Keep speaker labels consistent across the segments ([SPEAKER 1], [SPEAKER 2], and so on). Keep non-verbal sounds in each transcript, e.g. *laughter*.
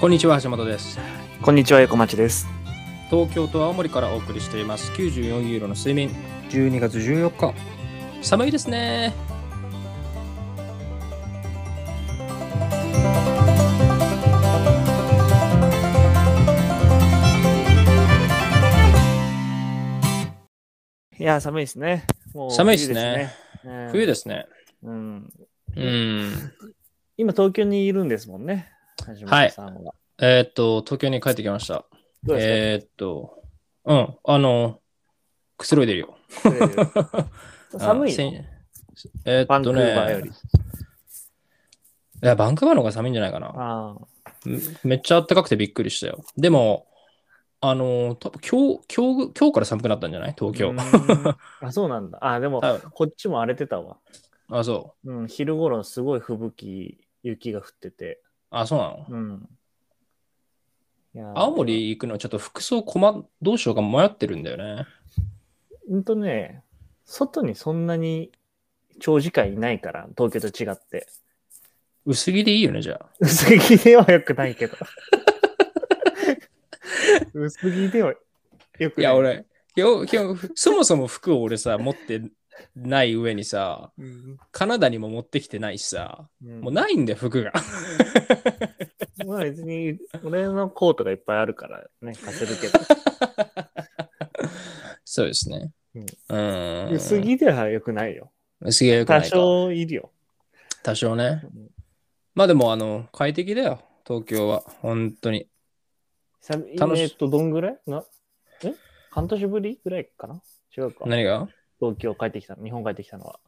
[SPEAKER 1] こんにちは橋本です
[SPEAKER 2] こんにちは、横町です。
[SPEAKER 1] 東京と青森からお送りしています94ユーロの睡眠12月14日寒いですね
[SPEAKER 2] いや、寒いですね。もう
[SPEAKER 1] 寒いですね冬
[SPEAKER 2] で
[SPEAKER 1] ですね
[SPEAKER 2] すねうん。
[SPEAKER 1] うん
[SPEAKER 2] 今、東京にいるんですもんね。橋本さんは。
[SPEAKER 1] えーっと東京に帰ってきました
[SPEAKER 2] どうで
[SPEAKER 1] えーっとうんあのくつろいでるよ
[SPEAKER 2] すか、冬です *laughs* 寒い
[SPEAKER 1] あせん
[SPEAKER 2] の
[SPEAKER 1] えー
[SPEAKER 2] バ
[SPEAKER 1] っ
[SPEAKER 2] ンク
[SPEAKER 1] と
[SPEAKER 2] ーバーよ
[SPEAKER 1] ね
[SPEAKER 2] り。
[SPEAKER 1] いやバンクーバーの方が寒いんじゃないかな
[SPEAKER 2] ああ
[SPEAKER 1] めめっちゃ暖かくてびっくりしたよ。でも、あのー、多分今日、今日、今日から寒くなったんじゃない東京。
[SPEAKER 2] うーんあ、そうなんだ。あ、でも、
[SPEAKER 1] 多分
[SPEAKER 2] こっちも荒れてたわ。
[SPEAKER 1] あ、そう。
[SPEAKER 2] うん、昼頃すごい吹雪、雪が降ってて。
[SPEAKER 1] あ、そうなの。
[SPEAKER 2] うん。いや
[SPEAKER 1] 青森行くのちょっと服装困、どうしようか迷ってるんだよね。
[SPEAKER 2] ほんとね、外にそんなに長時間いないから、東京と違って。
[SPEAKER 1] 薄着でいいよね、じゃあ。
[SPEAKER 2] *laughs* 薄着ではよくない
[SPEAKER 1] *laughs*
[SPEAKER 2] けど。薄着ではよくない。
[SPEAKER 1] いや、。俺、今日、今日、そもそも服を俺さ、持ってない上にさ、
[SPEAKER 2] うん
[SPEAKER 1] カナダにも持ってきてないしさ、もう
[SPEAKER 2] な
[SPEAKER 1] ないんだよ、服が。
[SPEAKER 2] まあ別に、俺のコートがいっぱいあるからね、貸せるけど。
[SPEAKER 1] *laughs* そうですね。
[SPEAKER 2] う
[SPEAKER 1] う
[SPEAKER 2] ん
[SPEAKER 1] ん。
[SPEAKER 2] 薄着ではよくないよ。
[SPEAKER 1] 薄着がよくな
[SPEAKER 2] 多
[SPEAKER 1] いと。
[SPEAKER 2] 少いるよ。
[SPEAKER 1] 多少ね。
[SPEAKER 2] うん
[SPEAKER 1] まあでも、あの、快適だよ、東京は。本当に。
[SPEAKER 2] 久々
[SPEAKER 1] 楽し
[SPEAKER 2] えっと、どんぐらいなえ半年ぶりぐらいかな違うか。
[SPEAKER 1] 何が
[SPEAKER 2] 東京帰ってきたの、日本帰ってきたのは。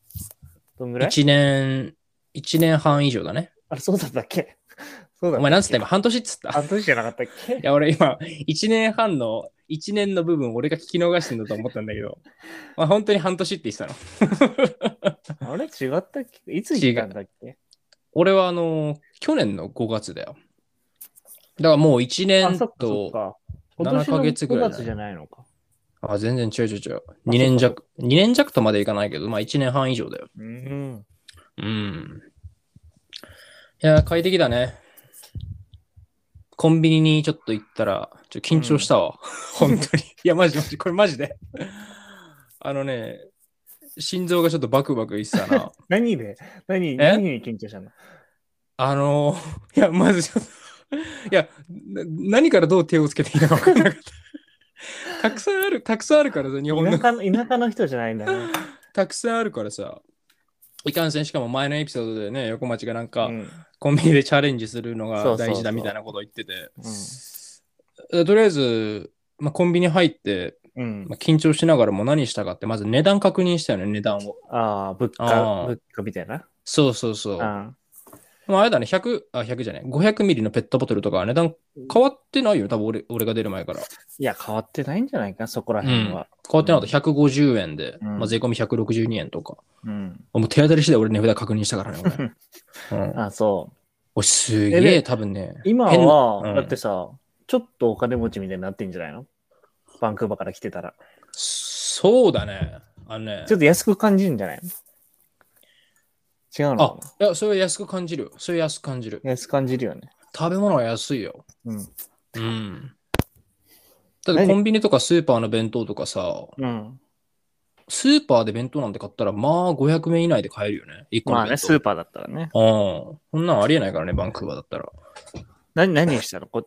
[SPEAKER 2] どんぐらい
[SPEAKER 1] ?1 年、一年半以上だね。
[SPEAKER 2] あれ、そうだったっけそうだったっけ
[SPEAKER 1] お前なんつった今、半年っつった。い
[SPEAKER 2] 半年じゃなかったっけ
[SPEAKER 1] や、俺今、1年半の、1年の部分俺が聞き逃してんだと思ったんだけど、まあ本当に半年って言ってたの。
[SPEAKER 2] あれ違ったっけいつ行ったんだっけ
[SPEAKER 1] 俺はあの、去年の5月だよ。だからもう1
[SPEAKER 2] あ、
[SPEAKER 1] 年
[SPEAKER 2] そっかそっ
[SPEAKER 1] と、
[SPEAKER 2] か。
[SPEAKER 1] 7
[SPEAKER 2] 今年の
[SPEAKER 1] ヶ月ぐらい
[SPEAKER 2] 9月じゃないのか。
[SPEAKER 1] あ全然違う違う違う。2年
[SPEAKER 2] そっ
[SPEAKER 1] 弱、2年弱とまでいかないけど、まあ1年半以上だよ。
[SPEAKER 2] うん。
[SPEAKER 1] うん。いや、快適だね。コンビニにちょっと行ったら、ちょっと緊張したわ。本当に。いや、マジマジ、これマジで。あのね、心臓がちょっとバクバクいってたな。
[SPEAKER 2] 何で何
[SPEAKER 1] え
[SPEAKER 2] 何に緊張したの
[SPEAKER 1] あのー、いや、まずちょっと、いや、な何からどう手をつけていいのか分からなかった。たくさんある、たくさんあるからさ、日本の
[SPEAKER 2] 田。舎の田舎の人じゃないんだね。
[SPEAKER 1] たくさんあるからさ。いかんせん、しかも前のエピソードでね、横町がなんか、
[SPEAKER 2] うん
[SPEAKER 1] コンビニでチャレンジするの
[SPEAKER 2] そ
[SPEAKER 1] が
[SPEAKER 2] うそうそう
[SPEAKER 1] 大事だみたいなことを言ってて、えとりあえず、まあ、コンビニ入って、
[SPEAKER 2] うん
[SPEAKER 1] まあ、緊張しながらも何したかって、まず値段確認したよね、値段を。
[SPEAKER 2] ああ、物価
[SPEAKER 1] あー
[SPEAKER 2] 物価みたいな。
[SPEAKER 1] そうそうそう。
[SPEAKER 2] あ
[SPEAKER 1] まあ、あれだね、100、あ、100じゃない、500ミリのペットボトルとかは値段変わってないよ、多分俺俺が出る前から。
[SPEAKER 2] いや、変わってないんじゃないか、そこら辺は。
[SPEAKER 1] 変わってなかった、150円で、
[SPEAKER 2] うん
[SPEAKER 1] まあ、税込み162円とか。
[SPEAKER 2] うん。
[SPEAKER 1] もう手当たり次第俺値札確認したからね、
[SPEAKER 2] *laughs*
[SPEAKER 1] 俺。うん、
[SPEAKER 2] あそう。
[SPEAKER 1] 俺す
[SPEAKER 2] え
[SPEAKER 1] げえ
[SPEAKER 2] で
[SPEAKER 1] 多分ね、
[SPEAKER 2] 今
[SPEAKER 1] 変な
[SPEAKER 2] は、
[SPEAKER 1] うん
[SPEAKER 2] だってさ、ちょっとお金持ちみたいになってんじゃないのバンクーバーから来てたら。
[SPEAKER 1] そうだね。あのね
[SPEAKER 2] ちょ、っと安く感じるんじゃないの違うの
[SPEAKER 1] あ
[SPEAKER 2] か、
[SPEAKER 1] いや、それは安く感じるよ。それは安く感じる。
[SPEAKER 2] な安く感じるよね。
[SPEAKER 1] 食べ物は安いよ。
[SPEAKER 2] うん。
[SPEAKER 1] うん。だってコンビニとかスーパーの弁当とかさ、
[SPEAKER 2] うん。
[SPEAKER 1] スーパーで弁当なんて買ったら、まあ500円以内で買えるよね。1個
[SPEAKER 2] ま
[SPEAKER 1] の
[SPEAKER 2] あ
[SPEAKER 1] 弁
[SPEAKER 2] ね、
[SPEAKER 1] 当。
[SPEAKER 2] スーパーだったらね。
[SPEAKER 1] うん。こんなんありえないからね、バンクーバーだったら。
[SPEAKER 2] 何、何したの *laughs* こ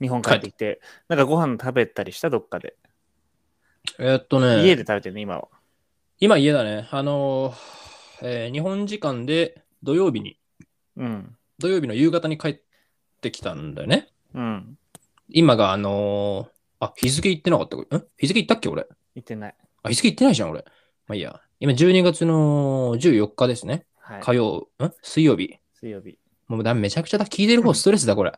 [SPEAKER 2] 日本帰ってきて、なんかご飯食べたりしたどっかで。
[SPEAKER 1] えーっとね、
[SPEAKER 2] 家で食べてるね、今は。
[SPEAKER 1] 今家だね。あのーえー日本時間で土曜日に、
[SPEAKER 2] うん。
[SPEAKER 1] 土曜日の夕方に帰ってきたんだよね。
[SPEAKER 2] うん。
[SPEAKER 1] 今があのーあ、日付行ってなかった。ん日付行ったっけ俺。
[SPEAKER 2] 行ってない。
[SPEAKER 1] あ、日付行ってないじゃん、俺。まあいいや。今12月の14日ですね。
[SPEAKER 2] はい。
[SPEAKER 1] 火曜、ん水曜日。
[SPEAKER 2] 水曜日。
[SPEAKER 1] もうだめちゃくちゃだ。聞いてる方ストレスだ、これ。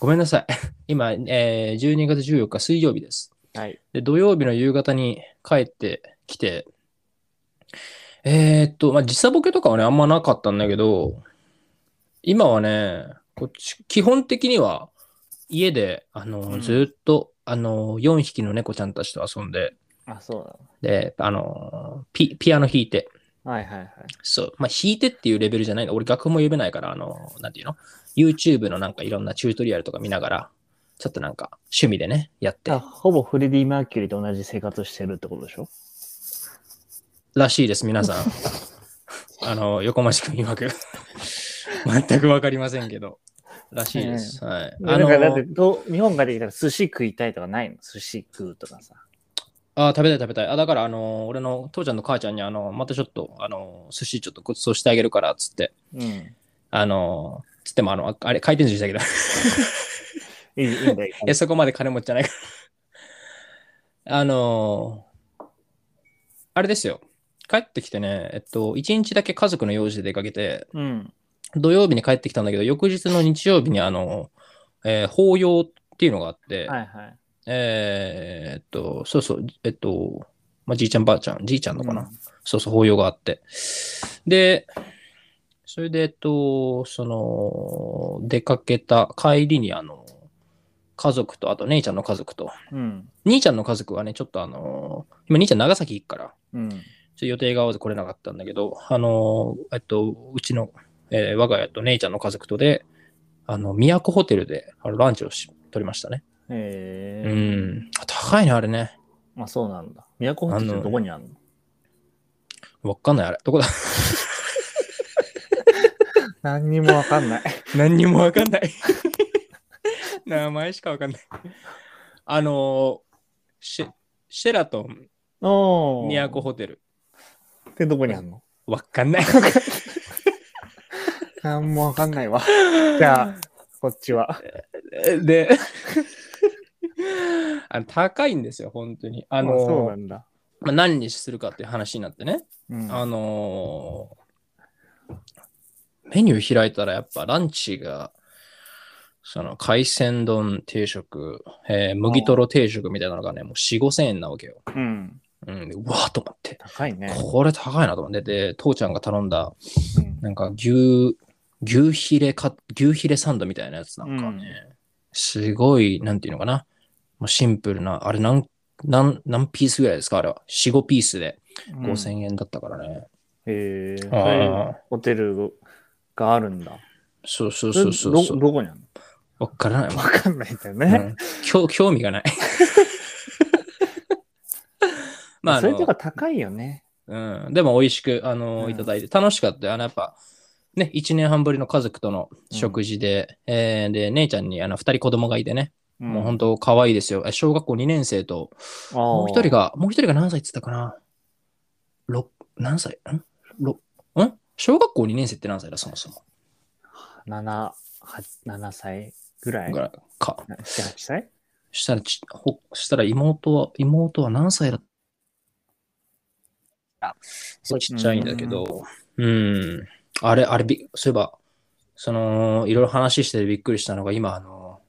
[SPEAKER 1] ごめんなさい。 *laughs* 今、えー、12月14日水曜日です。
[SPEAKER 2] はい。
[SPEAKER 1] で、土曜日の夕方に帰ってきて、えー、っと、まあ、時差ボケとかはね、あんまなかったんだけど、今はね、こっち、基本的には家で、あの、
[SPEAKER 2] うん
[SPEAKER 1] ずーっと、あの、4匹の猫ちゃんたちと遊んで、
[SPEAKER 2] あ、そう
[SPEAKER 1] で、あの、ピ、ピアノ弾いて、
[SPEAKER 2] はいはいはい。
[SPEAKER 1] そう。まあ、弾いてっていうレベルじゃないの。俺、楽譜も読めないから、あの、なんていうの ?YouTube のなんかいろんなチュートリアルとか見ながら、ちょっとなんか趣味でね、やって
[SPEAKER 2] あ、。ほぼフレディ・マーキュリーと同じ生活してるってことでしょ
[SPEAKER 1] らしいです、皆
[SPEAKER 2] *laughs*
[SPEAKER 1] さん。あの、横町君曰く。全くわかりませんけど。らしいです。はい。あ
[SPEAKER 2] なんかだっ
[SPEAKER 1] の
[SPEAKER 2] て、どう日本帰ってきたら寿司食いたいとかないの寿司食うとかさ。
[SPEAKER 1] あー食べたい食べたい。あ、だから、あの、俺の父ちゃんの母ちゃんに、あの、またちょっと、あの、寿司ちょっとごちそうしてあげるから、つって。
[SPEAKER 2] うん。い
[SPEAKER 1] あの、つっても、あの、ああれ、回転寿司だけど。
[SPEAKER 2] いいいんだよ。
[SPEAKER 1] いや、そこまで金持ちじゃないから。 *laughs* あのーあれですよ。帰ってきてね、えっと、一日だけ家族の用事で出かけて、
[SPEAKER 2] うん。
[SPEAKER 1] 土曜日に帰ってきたんだけど、翌日の日曜日に、あの、えー法要っていうのがあって、
[SPEAKER 2] はいはい。
[SPEAKER 1] えーっと、そうそう、えっと、まあ、じいちゃんばあちゃん、じいちゃんのかな、
[SPEAKER 2] うん
[SPEAKER 1] そうそう、法要があって。で、それで、えっと、その、出かけた帰りに、あの、家族と、あと姉ちゃんの家族と、
[SPEAKER 2] うん。
[SPEAKER 1] 兄ちゃんの家族はね、ちょっとあの、今兄ちゃん長崎行くから、
[SPEAKER 2] うん。
[SPEAKER 1] ちょっと予定が合わず来れなかったんだけど、あの、えっと、うちの、えー我が家と姉ちゃんの家族とで、あの、都ホテルで、あの、ランチをし、取りましたね。
[SPEAKER 2] え
[SPEAKER 1] う
[SPEAKER 2] ー
[SPEAKER 1] ん。高いね、あれね。
[SPEAKER 2] まあそうなんだ。都ホテルってどこにあるの
[SPEAKER 1] わかんない、あれ。どこだ
[SPEAKER 2] 何にもわかんない。
[SPEAKER 1] 何にもわかんない。名前しかわかんない。あのーシェ、シェラトン、
[SPEAKER 2] お
[SPEAKER 1] 都ホテル。
[SPEAKER 2] ってどこにあるの
[SPEAKER 1] わかんない。
[SPEAKER 2] 何もわかんないわ。 *laughs* じゃあ、こっちは。
[SPEAKER 1] で、 *laughs* あの高いんですよ、本当に。あ
[SPEAKER 2] あ
[SPEAKER 1] の
[SPEAKER 2] そ
[SPEAKER 1] ー
[SPEAKER 2] うなんだ。
[SPEAKER 1] まあ、何にするかっていう話になってね。
[SPEAKER 2] うん
[SPEAKER 1] あのーメニュー開いたらやっぱランチが、その海鮮丼定食、えー麦とろ定食みたいなのがね、もう4、5千円なわけよ。
[SPEAKER 2] うん。
[SPEAKER 1] うん、でうわーと思って。
[SPEAKER 2] 高いね。
[SPEAKER 1] これ高いなと思って。で、父ちゃんが頼んだ、
[SPEAKER 2] うん
[SPEAKER 1] なんか牛、牛ヒレか、牛ヒレサンドみたいなやつなんかね、すごい、なんていうのかな。もうシンプルな、あれ何、何、何ピースぐらいですかあれは。4、5ピースで5000円だったからね。
[SPEAKER 2] へえ。
[SPEAKER 1] あー
[SPEAKER 2] そういうホテルがあるんだ。
[SPEAKER 1] そうそうそうそうそ
[SPEAKER 2] ど
[SPEAKER 1] う。
[SPEAKER 2] どこにあるの
[SPEAKER 1] わからないわ。
[SPEAKER 2] わかんないんだよ
[SPEAKER 1] う
[SPEAKER 2] ね。
[SPEAKER 1] ん、興興味がない。まあ、あ
[SPEAKER 2] そういうと
[SPEAKER 1] の
[SPEAKER 2] こ高いよね。
[SPEAKER 1] うん、でも美味しく、あの
[SPEAKER 2] うん
[SPEAKER 1] いただいて、楽しかったよ。あの、やっぱ、ね、1年半ぶりの家族との食事で、えーで、姉ちゃんにあの2人子供がいてね、もう本当可愛いですよ。え小学校2年生と、
[SPEAKER 2] 当
[SPEAKER 1] もう一人が、もう一人が何歳って言ってたかな ?6、何歳ん ?6、ん小学校2年生って何歳だ、そもそも。
[SPEAKER 2] 7、8 7歳ぐらい
[SPEAKER 1] ぐらいか。
[SPEAKER 2] な7、8歳
[SPEAKER 1] したらち、ほ、したら妹は、妹は何歳だったそうちっちゃいんだけど、うん。あれ、あれ、びそういえば、その、いろいろ話してびっくりしたのが、今、あの、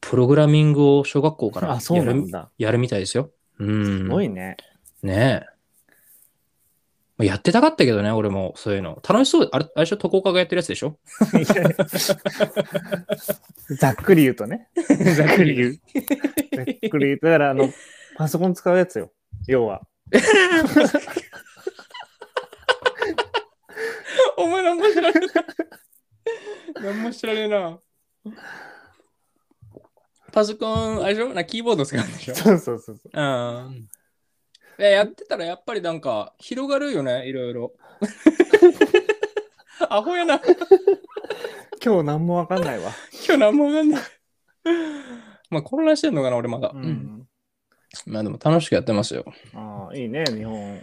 [SPEAKER 1] プログラミングを小学校から
[SPEAKER 2] あ、そう
[SPEAKER 1] や
[SPEAKER 2] な
[SPEAKER 1] る
[SPEAKER 2] んだ。
[SPEAKER 1] やるみたいですよ。うん。
[SPEAKER 2] すごいね。
[SPEAKER 1] ねえ。まあやってたかったけどね、俺も、そういうの。楽しそう。あれ、あれでしょ、徳岡がやってるやつでしょ
[SPEAKER 2] *laughs* ざっくり言うとね。ざっくり言う。ざっくり言うと、だから、あの、パソコン使うやつよ。要は。
[SPEAKER 1] お前何も知らねえな。何も知らねえな。パソコン、あれでしょなキーボード使うんでしょ
[SPEAKER 2] そうそうそうそう。
[SPEAKER 1] うん。いややってたらやっぱりなんか広がるよね、いろいろ。 *laughs* アホやな。
[SPEAKER 2] 今日何もわかんないわ。
[SPEAKER 1] 今日何もわかんない。まあ混乱してんのかな、俺まだ。
[SPEAKER 2] う
[SPEAKER 1] うん、
[SPEAKER 2] ん。
[SPEAKER 1] まあでも楽しくやってますよ。
[SPEAKER 2] ああ、いいね、日本。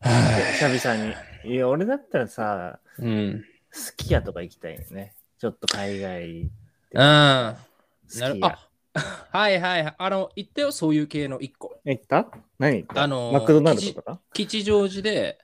[SPEAKER 1] は
[SPEAKER 2] 久々に。いや、俺だったらさ、
[SPEAKER 1] いうん。
[SPEAKER 2] スキヤとか行きたいよね。ちょっと海外、
[SPEAKER 1] あ
[SPEAKER 2] ス
[SPEAKER 1] あ、なる
[SPEAKER 2] キヤ。
[SPEAKER 1] あはいはいはい。あの、言ったよ、そういう系の一個。
[SPEAKER 2] 行った何行った
[SPEAKER 1] あのー
[SPEAKER 2] マクドナルドとか
[SPEAKER 1] 吉祥寺で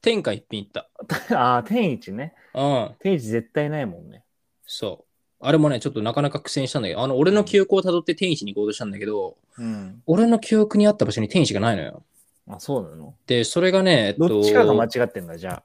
[SPEAKER 1] 天下一品行った。
[SPEAKER 2] *laughs* ああ、天一ね。
[SPEAKER 1] うん、
[SPEAKER 2] 天一絶対ないもんね。
[SPEAKER 1] そう。あれもね、ちょっとなかなか苦戦したんだけど、あの、俺の記憶をたどって天一に行こうとしたんだけど、
[SPEAKER 2] うん。
[SPEAKER 1] 俺の記憶にあった場所に天一がないのよ。
[SPEAKER 2] あ、そうなの
[SPEAKER 1] で、それがね、えっと、
[SPEAKER 2] どっちかが間違ってんだ、じゃあ。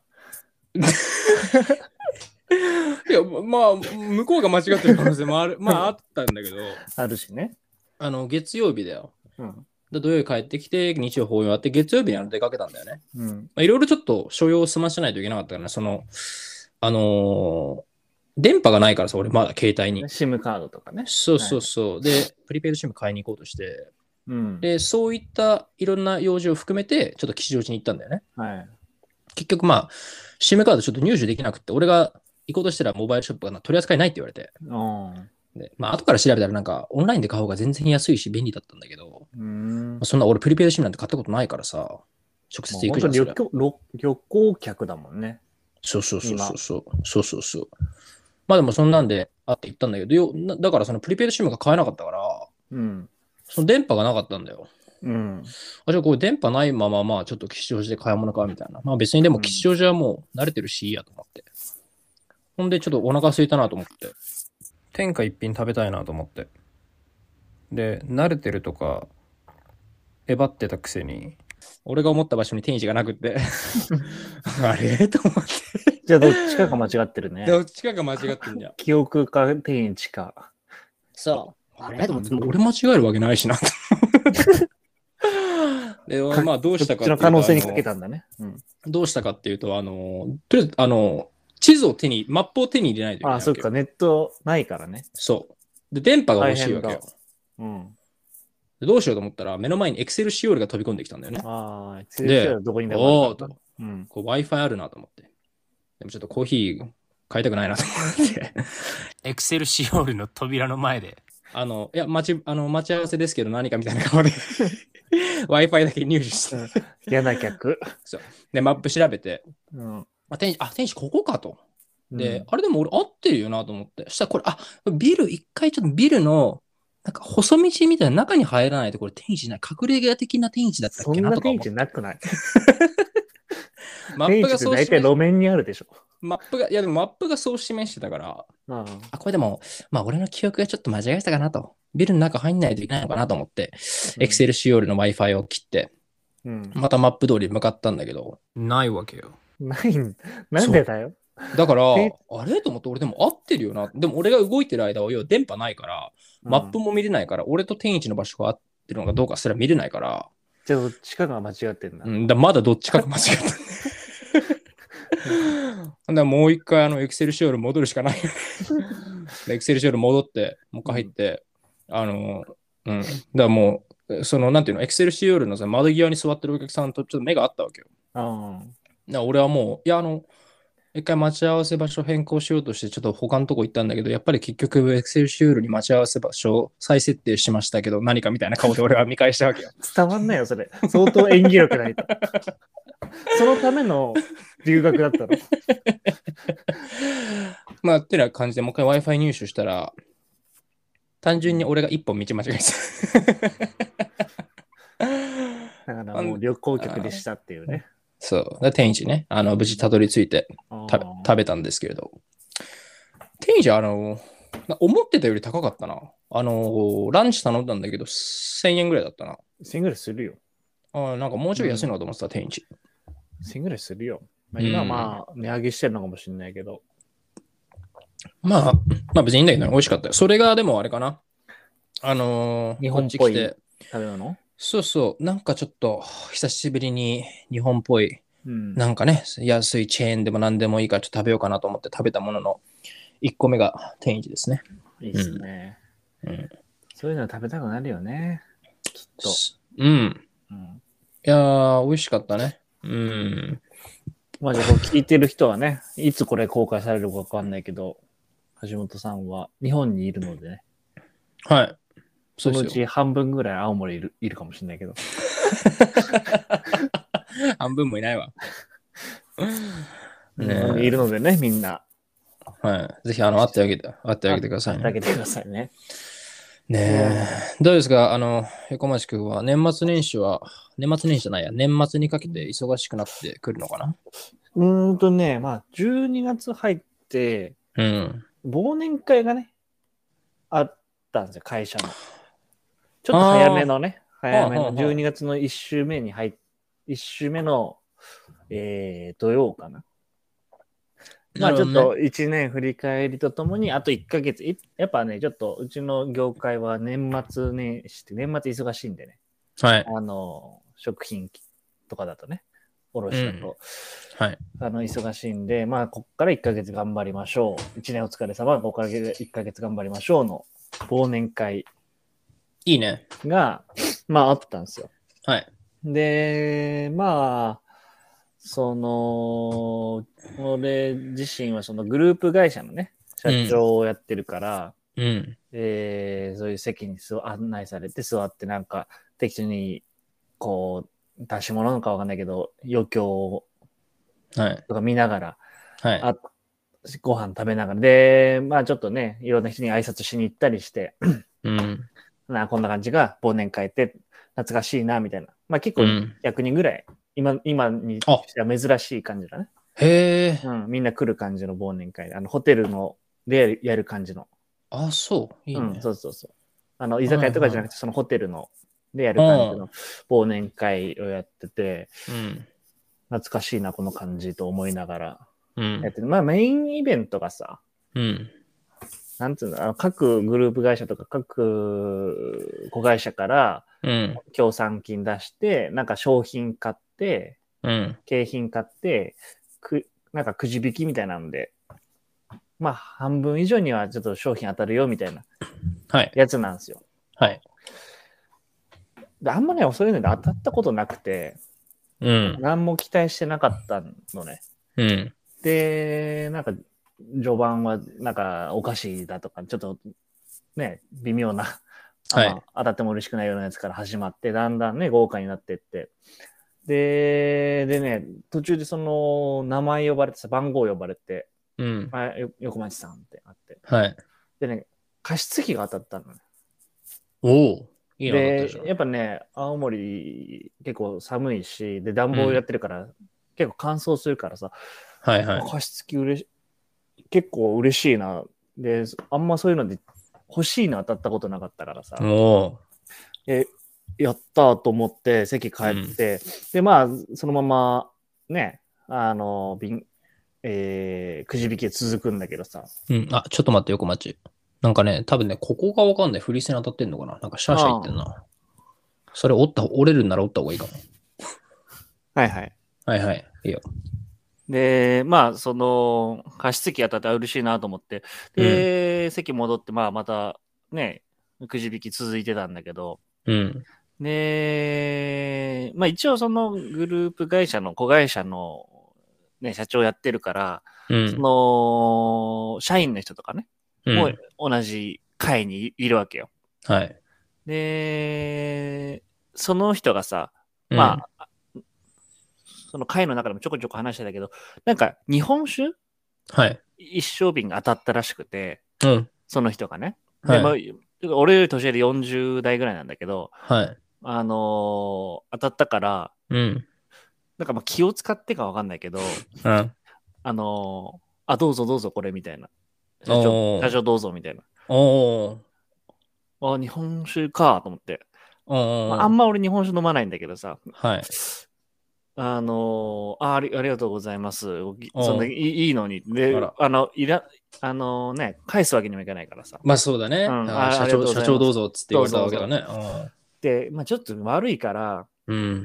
[SPEAKER 1] いや、まあ、向こうが間違
[SPEAKER 2] *laughs*
[SPEAKER 1] ってる可能性もある、まあ、あったんだけど、
[SPEAKER 2] あるしね。
[SPEAKER 1] あの、月曜日だよ。
[SPEAKER 2] うん。
[SPEAKER 1] で土曜日帰ってきて、日曜法要あって、月曜日にあの出かけたんだよね。
[SPEAKER 2] うん。
[SPEAKER 1] まあいろいろちょっと所要を済ませないといけなかったからね、その、あのー電波がないからさ、俺まだ携帯に。
[SPEAKER 2] シムカードとかね。
[SPEAKER 1] そうそうそう。で、プリペイドシム買いに行こうとして、
[SPEAKER 2] うん。
[SPEAKER 1] で、そういったいろんな用事を含めて、ちょっと吉祥寺に行ったんだよね。
[SPEAKER 2] はい。
[SPEAKER 1] 結局まあ、シムカードちょっと入手できなくて、俺が行こうとしたらモバイルショップがな取り扱いないって言われて。
[SPEAKER 2] おー
[SPEAKER 1] で、まあ、後から調べたらなんか、オンラインで買う方が全然安いし便利だったんだけど、
[SPEAKER 2] うーん
[SPEAKER 1] まあ。そんな俺プリペイドシムなんて買ったことないからさ、直接行くじゃん。そ
[SPEAKER 2] もう
[SPEAKER 1] りゃ
[SPEAKER 2] 本当に旅行旅行客だもんね。
[SPEAKER 1] そうそうそうそうそう。そうそうそう。まあでもそんなんであって行ったんだけど、よなだからそのプリペイドシムが買えなかったから、
[SPEAKER 2] うん。
[SPEAKER 1] その電波がなかったんだよ。
[SPEAKER 2] うん。
[SPEAKER 1] あ、じゃあこれ電波ないまま、まあちょっと吉祥寺で買い物かみたいな。まあ別にでも吉祥寺はもう慣れてるしいいやと思って。ほんでちょっとお腹空いたなと思って。天下一品食べたいなと思って。で、慣れてるとか、えばってたくせに、俺が思った場所に天一がなくっ
[SPEAKER 2] *laughs*
[SPEAKER 1] て。あれと思って。
[SPEAKER 2] じゃあどっちかが間違ってるね。
[SPEAKER 1] どっちかが間違ってんじゃん。
[SPEAKER 2] 記憶か天一か。
[SPEAKER 1] そう。
[SPEAKER 2] あ
[SPEAKER 1] あ
[SPEAKER 2] れ
[SPEAKER 1] れ
[SPEAKER 2] と
[SPEAKER 1] と
[SPEAKER 2] 思
[SPEAKER 1] 思
[SPEAKER 2] っ
[SPEAKER 1] ってて、俺間違えるわけない
[SPEAKER 2] *laughs*
[SPEAKER 1] しな。で、まあどうし
[SPEAKER 2] どった
[SPEAKER 1] か
[SPEAKER 2] ちの
[SPEAKER 1] っていうと
[SPEAKER 2] 可能性にかけたんだね。うん。
[SPEAKER 1] どうしたかっていうと、あの、とりあえず、あの、地図を手に、マップを手に入れないといけないわ
[SPEAKER 2] ああ、
[SPEAKER 1] け
[SPEAKER 2] そ
[SPEAKER 1] よ
[SPEAKER 2] っか、ネットないからね。
[SPEAKER 1] そう。で、電波が欲しいわけ
[SPEAKER 2] 大
[SPEAKER 1] よ
[SPEAKER 2] 変。うん。
[SPEAKER 1] でどうしようと思ったら、目の前にエクセルシオールが飛び込んできたんだよね。
[SPEAKER 2] ああ、
[SPEAKER 1] で
[SPEAKER 2] 先生はどこにで
[SPEAKER 1] おお
[SPEAKER 2] もあ
[SPEAKER 1] ー
[SPEAKER 2] るから
[SPEAKER 1] と、
[SPEAKER 2] うん。
[SPEAKER 1] こう Wi-Fi あるなと思って。でもちょっとコーヒー買いたくないなと思って。 *laughs* エクセルシオールの扉の前で。あの、いや、待ち、あの、待ち合わせですけど何かみたいな顔で *laughs* Wi-Fi だけ入手して。
[SPEAKER 2] 嫌な客。
[SPEAKER 1] で、マップ調べて、
[SPEAKER 2] うん。
[SPEAKER 1] あ、天使、あ、天使ここかと。で、
[SPEAKER 2] うん、
[SPEAKER 1] あれでも俺合ってるよなと思って。そしたらこれ、あ、ビル、一回ちょっとビルの、なんか細道みたいな中に入らないとこれ天一ない。隠れ家的な天一だった
[SPEAKER 2] そ
[SPEAKER 1] っ
[SPEAKER 2] ん
[SPEAKER 1] けな
[SPEAKER 2] な
[SPEAKER 1] とか
[SPEAKER 2] 天
[SPEAKER 1] 思っ
[SPEAKER 2] 一
[SPEAKER 1] て。
[SPEAKER 2] なくない。
[SPEAKER 1] マ
[SPEAKER 2] 天
[SPEAKER 1] ップが
[SPEAKER 2] 一って
[SPEAKER 1] そう
[SPEAKER 2] 大
[SPEAKER 1] 示
[SPEAKER 2] 体路面にあるでしょ。
[SPEAKER 1] マップが、いやでもマップがそう示してたから、
[SPEAKER 2] あ
[SPEAKER 1] あ、これでも、まあ俺の記憶がちょっと間違えてたかなと。ビルの中入んないといけないのかなと思って、エクセルシオールの Wi-Fi を切って、
[SPEAKER 2] うん。
[SPEAKER 1] またマップ通り向かったんだけど。ないわけよ。
[SPEAKER 2] ないんなんでだよ。
[SPEAKER 1] だから、
[SPEAKER 2] え
[SPEAKER 1] あれと思って俺でも合ってるよな。でも俺が動いてる間は、要は電波ないから、マップ
[SPEAKER 2] うん
[SPEAKER 1] も見れないから、俺と天一の場所が合ってるのかどうかすら見れないから、
[SPEAKER 2] じゃあどっちかが間違ってんだ。
[SPEAKER 1] うん、だまだどっちかが間違っ
[SPEAKER 2] *laughs*
[SPEAKER 1] た。ほんならもう一回あのエクセルシオール戻るしかない。エクセルシオール戻って、もう一回入って、あの、うん。だからもう、その、なんていうの、エクセルシオールのさ窓際に座ってるお客さんとちょっと目があったわけよ。
[SPEAKER 2] あ
[SPEAKER 1] だから俺はもう、いや、あの、一回待ち合わせ場所変更しようとして、ちょっと他のとこ行ったんだけど、やっぱり結局、エクセルシオールに待ち合わせ場所を再設定しましたけど、何かみたいな顔で俺は見返したわけ
[SPEAKER 2] *laughs*
[SPEAKER 1] よ。
[SPEAKER 2] 伝わんないよ、それ。相当演技力ないと。 *laughs* そのための留学だったの。
[SPEAKER 1] まあ、ってな感じで、もう一回 Wi-Fi 入手したら、単純に俺が一本道間違え
[SPEAKER 2] *laughs*
[SPEAKER 1] た。
[SPEAKER 2] だからもう旅行客でしたっていうね。
[SPEAKER 1] そう。で天一ね、あの、無事たどり着いてた
[SPEAKER 2] あー
[SPEAKER 1] 食べたんですけれど。天一、あの、な思ってたより高かったな。あの、ランチ頼んだんだけど、1000円ぐらいだったな。
[SPEAKER 2] シングルするよ。
[SPEAKER 1] あーなんかもうちょい安いのかと思ってた、天一。
[SPEAKER 2] シングルするよ。まあ、
[SPEAKER 1] うん
[SPEAKER 2] 今はまあ、値上げしてるのかもしれないけど。
[SPEAKER 1] まあ、まあ別にいいんだけどね、美味しかったよ。それがでもあれかな。あのー
[SPEAKER 2] 日本っぽい
[SPEAKER 1] こち来て
[SPEAKER 2] 食べ物
[SPEAKER 1] そうそう、なんかちょっと久しぶりに日本っぽい、
[SPEAKER 2] うん。
[SPEAKER 1] なんかね、安いチェーンでも何でもいいからちょっと食べようかなと思って食べたものの、1個目が天一ですね。
[SPEAKER 2] いいっすね、
[SPEAKER 1] うん
[SPEAKER 2] そういうの食べたくなるよね。きっと。
[SPEAKER 1] うん。
[SPEAKER 2] うん、
[SPEAKER 1] いやー、美味しかったね。うん。
[SPEAKER 2] まあじゃあこう聞いてる人はね、いつこれ公開されるかわかんないけど、橋本さんは日本にいるのでね、
[SPEAKER 1] はい。そ
[SPEAKER 2] そうのう
[SPEAKER 1] ですよ。
[SPEAKER 2] ち半分ぐらい青森いるいるかもしれないけど。
[SPEAKER 1] 半分もいない *laughs* わ。
[SPEAKER 2] 日本に
[SPEAKER 1] ね
[SPEAKER 2] いるのでね、みんな、
[SPEAKER 1] はい。ぜひ、あの、会ってあげて、会ってあげてください
[SPEAKER 2] だ
[SPEAKER 1] ね。
[SPEAKER 2] けてくださいね。
[SPEAKER 1] ねえ。どうですかあの、横町君は年末年始は、年末年始じゃないや、年末にかけて忙しくなってくるのかな
[SPEAKER 2] *laughs* うーんとね、まあ12月入って、
[SPEAKER 1] うん。
[SPEAKER 2] 忘年会がね、あったんですよ、会社の。ちょっと早めのね、早め
[SPEAKER 1] はあ
[SPEAKER 2] の、
[SPEAKER 1] はあはあ
[SPEAKER 2] 12月の1週目に入っ、1週目の、えー、土曜かな。まあち
[SPEAKER 1] なる
[SPEAKER 2] ょっ
[SPEAKER 1] ほど
[SPEAKER 2] と1年振り返りとともに、あと1ヶ月、いやっぱね、ちょっとうちの業界は年末年始って年末忙しいんでね。
[SPEAKER 1] はい。
[SPEAKER 2] あの、食品とかだとね、おろしだと、
[SPEAKER 1] はい。
[SPEAKER 2] あの、忙しいんで、まあ、こっから1ヶ月頑張りましょう。1年お疲れ様、ここから1ヶ月頑張りましょうの忘年会
[SPEAKER 1] いいね。
[SPEAKER 2] が、まあ、あったんですよ。
[SPEAKER 1] はい。
[SPEAKER 2] で、まあ、その、俺自身はそのグループ会社のね、社長をやってるから、
[SPEAKER 1] うん。
[SPEAKER 2] えーそういう席に座案内されて座ってなんか適当にこう出し物なのかわかんないけど余興
[SPEAKER 1] はい。
[SPEAKER 2] とか見ながら
[SPEAKER 1] はい。
[SPEAKER 2] あご飯食べながらでまあちょっとねいろんな人に挨拶しに行ったりして *clears throat*
[SPEAKER 1] うん。
[SPEAKER 2] なこんな感じが忘年会って懐かしいなみたいなまあ結構
[SPEAKER 1] うん。
[SPEAKER 2] 100人ぐらい、今今にしては珍しい感じだね、
[SPEAKER 1] へえ。
[SPEAKER 2] うん、みんな来る感じの忘年会あのホテルのでやるやる感じの
[SPEAKER 1] あ、そう。いい
[SPEAKER 2] うん、
[SPEAKER 1] ね
[SPEAKER 2] そ。うそうそう。あの、居酒屋とかじゃなくて、そのホテルの、でやる感じの忘年会をやってて、
[SPEAKER 1] うん。
[SPEAKER 2] 懐かしいな、この感じと思いながら
[SPEAKER 1] うん
[SPEAKER 2] やっ。ててまあメインイベントがさ、
[SPEAKER 1] うん。
[SPEAKER 2] なんつうの、あの各グループ会社とか各子会社から
[SPEAKER 1] うん。
[SPEAKER 2] 協賛金出して、なんか商品買って、
[SPEAKER 1] うん。
[SPEAKER 2] 景品買って、くなんかくじ引きみたいなので、まあ半分以上にはちょっと商品当たるよみたいな
[SPEAKER 1] はい。
[SPEAKER 2] やつなんですよ。
[SPEAKER 1] はい。
[SPEAKER 2] であんまね、そういうので当たったことなくて、
[SPEAKER 1] うん。
[SPEAKER 2] 何も期待してなかったのね。
[SPEAKER 1] うん。
[SPEAKER 2] で、なんか、序盤は、なんか、お菓子だとか、ちょっと、ね、微妙な、
[SPEAKER 1] はい
[SPEAKER 2] あの当たっても嬉しくないようなやつから始まって、だんだんね、豪華になってって。で、でね、途中でその、名前呼ばれてさ、番号呼ばれて、
[SPEAKER 1] うん。
[SPEAKER 2] あ、よ横町さんってなって。
[SPEAKER 1] はい。
[SPEAKER 2] でね、加湿器が当たったのね。
[SPEAKER 1] おお。いいのだった
[SPEAKER 2] で
[SPEAKER 1] でしょ。
[SPEAKER 2] やっぱね、青森結構寒いし、で、暖房やってるから、結構乾燥するからさ、
[SPEAKER 1] はいはい。
[SPEAKER 2] 加湿器うれし結構嬉しいな。で、あんまそういうので欲しいの当たったことなかったからさ、
[SPEAKER 1] おお
[SPEAKER 2] えやったと思って席帰って、で、まあ、そのままね、あの、瓶、えーくじ引き続くんだけどさ、
[SPEAKER 1] ー。うん。あ、ちょっと待って、横町。なんかね、多分ね、ここがわかんない。フリーセに当たってんのかななんかシャーシャー言ってんな。それ折った、折れるなら折った方がいいかも。
[SPEAKER 2] はいはい。
[SPEAKER 1] はいはい。いいよ。
[SPEAKER 2] で、まあ、その、加湿器当たったら嬉しいなと思って、で、席戻って、まあ、また、ね、くじ引き続いてたんだけど、
[SPEAKER 1] うん。
[SPEAKER 2] で、まあ、一応そのグループ会社の子会社の、ね、社長やってるから、
[SPEAKER 1] う
[SPEAKER 2] そ
[SPEAKER 1] ん。
[SPEAKER 2] の、社員の人とかね、
[SPEAKER 1] うん
[SPEAKER 2] もう同じ会にいるわけよ。
[SPEAKER 1] はい。
[SPEAKER 2] で、その人がさ、まあ、その会の中でもちょこちょこ話してたけど、なんか日本酒
[SPEAKER 1] あ。はい。
[SPEAKER 2] 一升瓶が当たったらしくて、
[SPEAKER 1] うん。
[SPEAKER 2] その人がね。
[SPEAKER 1] はい
[SPEAKER 2] でまあちょっと俺より年上で40代ぐらいなんだけど、
[SPEAKER 1] はい。
[SPEAKER 2] あのー当たったから、
[SPEAKER 1] うん。
[SPEAKER 2] なんかまあ気を使ってかわかんないけど、
[SPEAKER 1] うん。
[SPEAKER 2] あのーあ、どうぞどうぞこれみたいな。社
[SPEAKER 1] お
[SPEAKER 2] 長
[SPEAKER 1] ー
[SPEAKER 2] 社長どうぞみたいな。
[SPEAKER 1] おお。
[SPEAKER 2] あ、日本酒かと思って。
[SPEAKER 1] おお。
[SPEAKER 2] まあ、あんま俺日本酒飲まないんだけどさ、
[SPEAKER 1] はい。
[SPEAKER 2] あのーああり、ありがとうございます。おぎ
[SPEAKER 1] お
[SPEAKER 2] そんないいいいのに。で
[SPEAKER 1] あら、
[SPEAKER 2] あの、いら、あのーね、返すわけにもいかないからさ。
[SPEAKER 1] まあそうだね。
[SPEAKER 2] うん
[SPEAKER 1] あ
[SPEAKER 2] あ
[SPEAKER 1] 社
[SPEAKER 2] ありがと
[SPEAKER 1] 長、
[SPEAKER 2] うござい
[SPEAKER 1] 社
[SPEAKER 2] ます
[SPEAKER 1] 長どうぞっつって言われたわけだね。うん
[SPEAKER 2] で、まあちょっと悪
[SPEAKER 1] *laughs*
[SPEAKER 2] いから、
[SPEAKER 1] うん。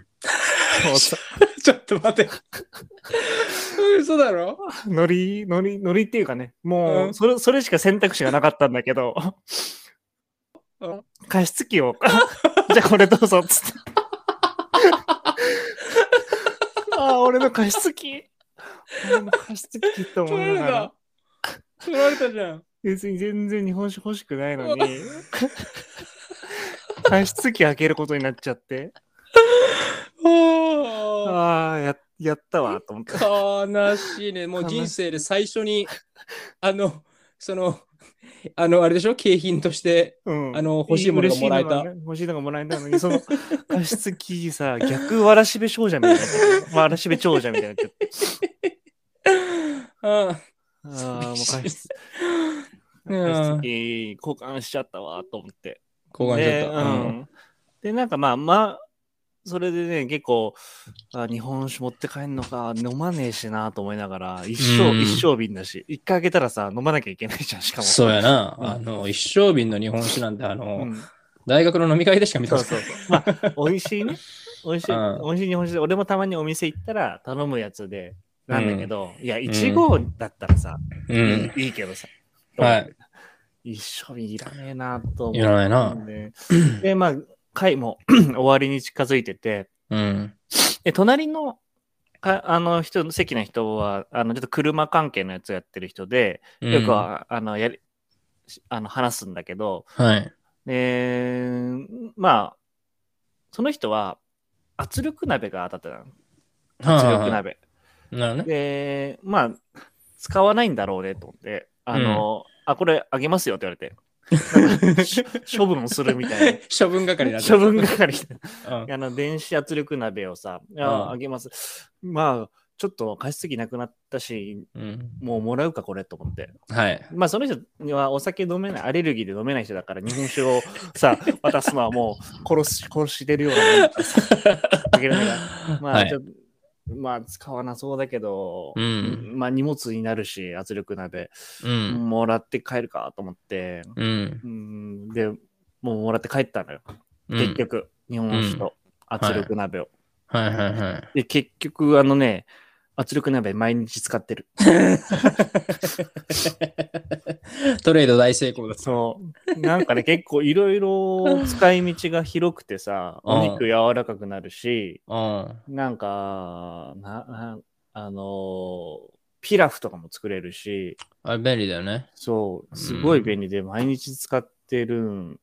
[SPEAKER 2] もうさ
[SPEAKER 1] ちょっと待
[SPEAKER 2] *laughs*
[SPEAKER 1] って。嘘だろ
[SPEAKER 2] ノリ、ノリ、ノリっていうかね、も
[SPEAKER 1] うん
[SPEAKER 2] う、それ、それしか選択肢がなかったんだけど
[SPEAKER 1] うん、
[SPEAKER 2] 加湿器を、 *laughs* じゃあこれどうぞ、つって。 *laughs* ああ、俺の加湿器。俺の加湿器と思
[SPEAKER 1] 取
[SPEAKER 2] い
[SPEAKER 1] られ
[SPEAKER 2] ながら
[SPEAKER 1] た。取られたじゃん。
[SPEAKER 2] 別に全然日本酒欲しくないの
[SPEAKER 1] *laughs*
[SPEAKER 2] に、加湿器開けることになっちゃって、
[SPEAKER 1] あ
[SPEAKER 2] ああ、や、やったわ、と
[SPEAKER 1] *laughs*
[SPEAKER 2] 思って。
[SPEAKER 1] ー悲しいね。もう人生で最初に、あの、その、あの、あれでしょ景品として。
[SPEAKER 2] うん
[SPEAKER 1] あの欲しいものがもらえた
[SPEAKER 2] 嬉しいのがね欲しいのがもらえたのに、その加湿器さ、 *laughs* 逆わらしべ少女みたいな。わらしべ長者みたいになっちゃって。
[SPEAKER 1] あ
[SPEAKER 2] ああ、もう加
[SPEAKER 1] 寂し *laughs*
[SPEAKER 2] 湿
[SPEAKER 1] いうん
[SPEAKER 2] 加湿器交換しちゃったわ、と思って。
[SPEAKER 1] 交換しちゃった。
[SPEAKER 2] で,、うん、で、なんかまあまあ、それでね、結構、あ日本酒持って帰んのか、飲まねえしなと思いながら、一生、
[SPEAKER 1] うん
[SPEAKER 2] 一生瓶だし、一回開けたらさ、飲まなきゃいけないじゃん、しかも。
[SPEAKER 1] そうやな。
[SPEAKER 2] うん
[SPEAKER 1] あの、一升瓶の日本酒なんて、あの、
[SPEAKER 2] うん
[SPEAKER 1] 大学の飲み会でしか見た
[SPEAKER 2] そう
[SPEAKER 1] こと
[SPEAKER 2] そ
[SPEAKER 1] な
[SPEAKER 2] う
[SPEAKER 1] い。
[SPEAKER 2] そう。まあ、 *laughs* 美味しいね。美味しい。
[SPEAKER 1] うん
[SPEAKER 2] 美味しい日本酒で。俺もたまにお店行ったら頼むやつで、なんだけど、いや、いちごだったらさ、
[SPEAKER 1] うん。
[SPEAKER 2] いいけどさ。
[SPEAKER 1] はい。
[SPEAKER 2] 一緒にいらねえなと思って。
[SPEAKER 1] いらないな。
[SPEAKER 2] で、でまあ、会も *clears throat* 終わりに近づいてて、
[SPEAKER 1] うん。
[SPEAKER 2] で隣のかあの人の席の人は、あのちょっと車関係のやつをやってる人で、
[SPEAKER 1] うん
[SPEAKER 2] よくは、あのやりしあの話すんだけど、
[SPEAKER 1] はい。
[SPEAKER 2] でまあ、その人は圧力鍋が当たってたの。圧力
[SPEAKER 1] なる
[SPEAKER 2] 鍋。
[SPEAKER 1] ほどね。
[SPEAKER 2] で、まあ、使わないんだろうねと思って、あの、あ、これあげますよって言わ *laughs* れてなんかし、処分するみたいな。
[SPEAKER 1] *laughs* 処分係になっちゃ
[SPEAKER 2] 処
[SPEAKER 1] う
[SPEAKER 2] 分係みたい
[SPEAKER 1] うん
[SPEAKER 2] なあの電子圧力鍋をさ、いや
[SPEAKER 1] うん
[SPEAKER 2] あげます。まあ、ちょっと貸しすぎなくなったし、
[SPEAKER 1] うん。
[SPEAKER 2] もうもらうか、これと思って。
[SPEAKER 1] はい。
[SPEAKER 2] まあ、その人にはお酒飲めない、アレルギーで飲めない人だから、日本酒を
[SPEAKER 1] *laughs*
[SPEAKER 2] さ、渡すのはもう殺し、殺してるようなもんだ *laughs* からさあげるのが。まあ、
[SPEAKER 1] はい
[SPEAKER 2] ちょっとまあ、使わなそうだけど、
[SPEAKER 1] うん
[SPEAKER 2] まあ、荷物になるし、圧力鍋、
[SPEAKER 1] うん。
[SPEAKER 2] もらって帰るかと思って、
[SPEAKER 1] うん。
[SPEAKER 2] うん、で、もうもらって帰ったのよ。
[SPEAKER 1] うん
[SPEAKER 2] 結局、日本酒と圧力鍋を。
[SPEAKER 1] はいはいはい。
[SPEAKER 2] で、結局、あのね、圧力鍋毎日使ってる。
[SPEAKER 1] トレード大成功だった。
[SPEAKER 2] そう。なんかね、結構いろいろ使い道が広くてさ、
[SPEAKER 1] うん
[SPEAKER 2] お肉柔らかくなるし、
[SPEAKER 1] うん。
[SPEAKER 2] なんか、な、なあのーピラフとかも作れるし、
[SPEAKER 1] あれ便利だよね。
[SPEAKER 2] そう、すごい便利で、毎日使ってるん。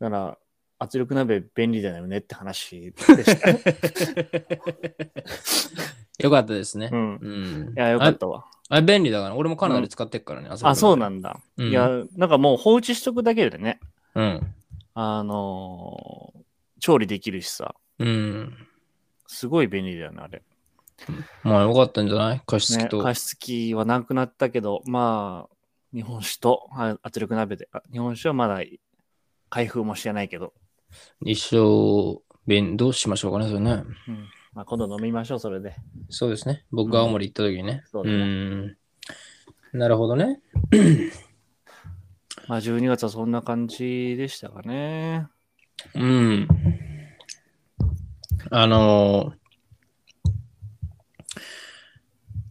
[SPEAKER 2] だから、圧力鍋便利だよねって話でした。 *laughs*
[SPEAKER 1] よかったですね
[SPEAKER 2] う。ん。
[SPEAKER 1] うん。
[SPEAKER 2] いや、よかったわ。
[SPEAKER 1] あれ便利だから、俺もカナダで使ってっからね。
[SPEAKER 2] あ、そう
[SPEAKER 1] な
[SPEAKER 2] なんだ。
[SPEAKER 1] うん
[SPEAKER 2] いや、なんかもう放置しとくだけでね、
[SPEAKER 1] うん。
[SPEAKER 2] あのー調理できるしさ、
[SPEAKER 1] うん。
[SPEAKER 2] すごい便利だよね、あれ。
[SPEAKER 1] まあよかったんじゃない加湿器
[SPEAKER 2] ね、
[SPEAKER 1] と。
[SPEAKER 2] 加湿器はなくなったけど、まあ、日本酒とあ圧力鍋で、あ日本酒はまだ開封もしてないけど、
[SPEAKER 1] 一生、便どうしましょうかね、それね。
[SPEAKER 2] うんまあ、今度飲みましょう、それで。
[SPEAKER 1] そうですね。僕が青森行った時にね。
[SPEAKER 2] そう
[SPEAKER 1] う
[SPEAKER 2] だね
[SPEAKER 1] ん。なるほどね。
[SPEAKER 2] まあ、12月はそんな感じでしたかね。
[SPEAKER 1] うん。あのー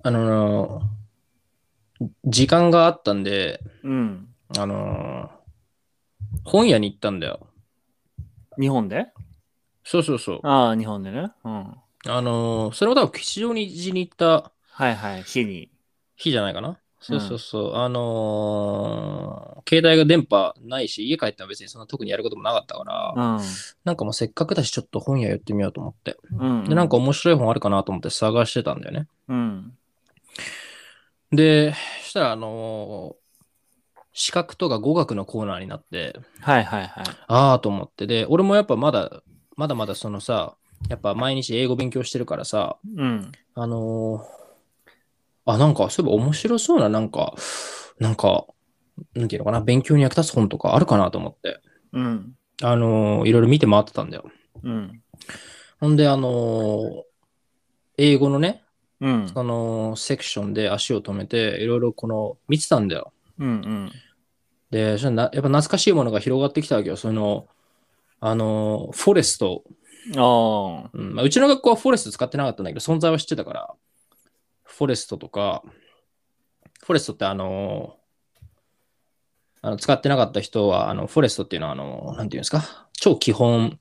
[SPEAKER 1] あのー時間があったんで、
[SPEAKER 2] うん。
[SPEAKER 1] あのー本屋に行ったんだよ。
[SPEAKER 2] 日本で
[SPEAKER 1] そうそうそう。
[SPEAKER 2] ああ、日本でね。うん。
[SPEAKER 1] あのーそれも多分吉祥寺に行った
[SPEAKER 2] はいはい、日に。
[SPEAKER 1] 日じゃないかな。そうそうそう。あのー携帯が電波ないし、家帰っても別にそんな特にやることもなかったから、
[SPEAKER 2] うん。
[SPEAKER 1] なんかもうせっかくだし、ちょっと本屋寄ってみようと思って。
[SPEAKER 2] うん。
[SPEAKER 1] で、なんか、面白い本あるかなと思って探してたんだよね。
[SPEAKER 2] うん。
[SPEAKER 1] で、そしたら、あのー視覚とか語学のコーナーになって、
[SPEAKER 2] はいはいはい。
[SPEAKER 1] ああと思って、で、俺もやっぱまだ、まだまだそのさ、やっぱ毎日英語勉強してるからさ、
[SPEAKER 2] うん。
[SPEAKER 1] あのーあ、なんか、そういえば面白そうな、なんか、なんか、なんていうのかな、勉強に役立つ本とかあるかなと思って、
[SPEAKER 2] うん。
[SPEAKER 1] あのーいろいろ見て回ってたんだよ。
[SPEAKER 2] うん。
[SPEAKER 1] ほんで、あのー英語のね、
[SPEAKER 2] うん。
[SPEAKER 1] その、セクションで足を止めて、いろいろこの、見てたんだよ。
[SPEAKER 2] うん。
[SPEAKER 1] で、それなやっぱ懐かしいものが広がってきたわけよ。その、あのーフォレスト。
[SPEAKER 2] うん。ああ。
[SPEAKER 1] うんまあ、うちの学校はフォレスト使ってなかったんだけど、存在は知ってたから、フォレストとか、フォレストってあのーあの使ってなかった人は、あのフォレストっていうのは、あのーなんていうんですか、超基本、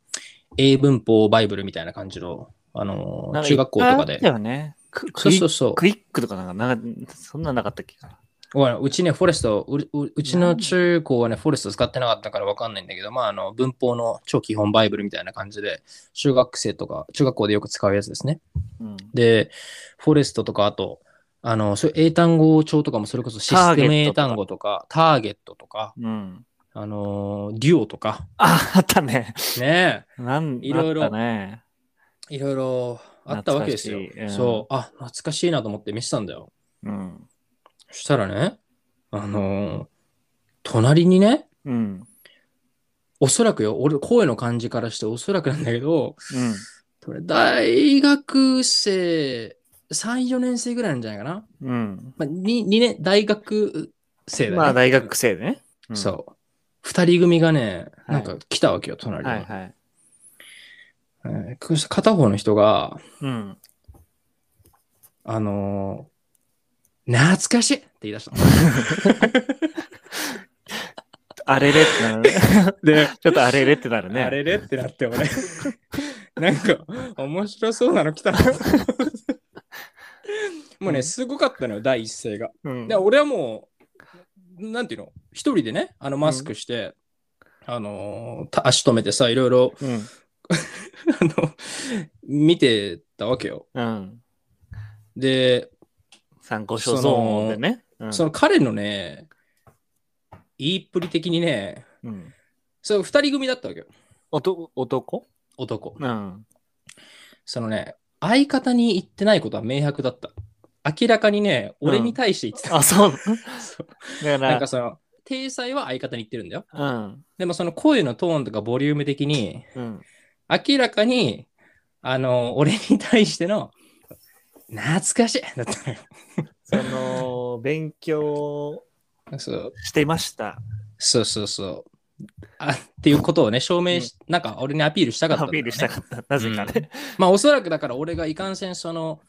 [SPEAKER 1] 英文法バイブルみたいな感じの、あのー
[SPEAKER 2] なん
[SPEAKER 1] 中学校とか
[SPEAKER 2] いっ
[SPEAKER 1] で
[SPEAKER 2] ぱい。あったよね。ク
[SPEAKER 1] そ
[SPEAKER 2] ク
[SPEAKER 1] う
[SPEAKER 2] イ
[SPEAKER 1] そう
[SPEAKER 2] ッ
[SPEAKER 1] そう
[SPEAKER 2] クイックとかなんかなか、そんななかったっけかな。
[SPEAKER 1] ごめん。うちね、フォレスト、うううちの中高はね、フォレスト使ってなかったから分かんないんだけど、まあ、あの文法の超基本バイブルみたいな感じで、中学生とか、中学校でよく使うやつですね。
[SPEAKER 2] うん。
[SPEAKER 1] で、フォレストとか、あと、あの、そういう英単語帳とかも、それこそシステム英単語とか、ターゲットとか、
[SPEAKER 2] うん。
[SPEAKER 1] あのー、デュオとか、
[SPEAKER 2] *laughs* あ、あったね。
[SPEAKER 1] ね
[SPEAKER 2] なん
[SPEAKER 1] いろいろ
[SPEAKER 2] あったね。
[SPEAKER 1] え、いろいろあったわけですよ。
[SPEAKER 2] 懐かしいうん
[SPEAKER 1] そう、あ、懐かしいなと思って見せたんだよ。
[SPEAKER 2] うん。
[SPEAKER 1] そしたらね、あのー隣にね、
[SPEAKER 2] うん。
[SPEAKER 1] おそらくよ、俺、声の感じからしておそらくなんだけど、
[SPEAKER 2] うん。
[SPEAKER 1] これ大学生、3、4年生ぐらいなんじゃないかな。
[SPEAKER 2] うん。
[SPEAKER 1] まあ、2, 年、大学生だね。
[SPEAKER 2] まあ、大学生でね。うん
[SPEAKER 1] そう。二人組がね、な
[SPEAKER 2] はい
[SPEAKER 1] んか来たわけよ、隣に。
[SPEAKER 2] はいはい。
[SPEAKER 1] えーそしたら片方の人が、
[SPEAKER 2] うん。
[SPEAKER 1] あのー懐かしいって言い出したの。
[SPEAKER 2] あれれってなるね。
[SPEAKER 1] *laughs* で、
[SPEAKER 2] ちょっとあれれってなるね。
[SPEAKER 1] あれれってなって、俺。 *laughs* なんか、面白そうなの来た *laughs* な。もう
[SPEAKER 2] う
[SPEAKER 1] ね、
[SPEAKER 2] ん
[SPEAKER 1] すごかったのよ、第一声が。
[SPEAKER 2] うん
[SPEAKER 1] で、俺はもう、なんていうの、一人でね、あのマスクして、あのーた足止めてさ、いろいろ、 *laughs*
[SPEAKER 2] うん。
[SPEAKER 1] あの、見てたわけよ。
[SPEAKER 2] うん。
[SPEAKER 1] で、
[SPEAKER 2] 参考書ゾーンでね。うん
[SPEAKER 1] その彼のね、言いっぷり的にね、
[SPEAKER 2] うん
[SPEAKER 1] そう、二人組だったわけよ、
[SPEAKER 2] おと男
[SPEAKER 1] 男。
[SPEAKER 2] うん。
[SPEAKER 1] そのね、相方に言ってないことは明白だった。明らかにね、
[SPEAKER 2] うん
[SPEAKER 1] 俺に対して言ってた。
[SPEAKER 2] あ、そう。
[SPEAKER 1] *laughs* そう
[SPEAKER 2] だか
[SPEAKER 1] なん
[SPEAKER 2] ら
[SPEAKER 1] か、その、体裁は相方に言ってるんだよ。
[SPEAKER 2] うん。
[SPEAKER 1] でもその声のトーンとかボリューム的に、
[SPEAKER 2] うん。
[SPEAKER 1] 明らかに、あの、俺に対しての、懐かしいだったの
[SPEAKER 2] その、勉強
[SPEAKER 1] よ。そう。
[SPEAKER 2] してました。
[SPEAKER 1] そうそうそう。あっていうことをね、証明し、なんか俺にアピールしたかったん
[SPEAKER 2] ア
[SPEAKER 1] だよ
[SPEAKER 2] ピ
[SPEAKER 1] ね、
[SPEAKER 2] ールしたかった。なぜかね。
[SPEAKER 1] まあおそらくだから俺がいかんせんその、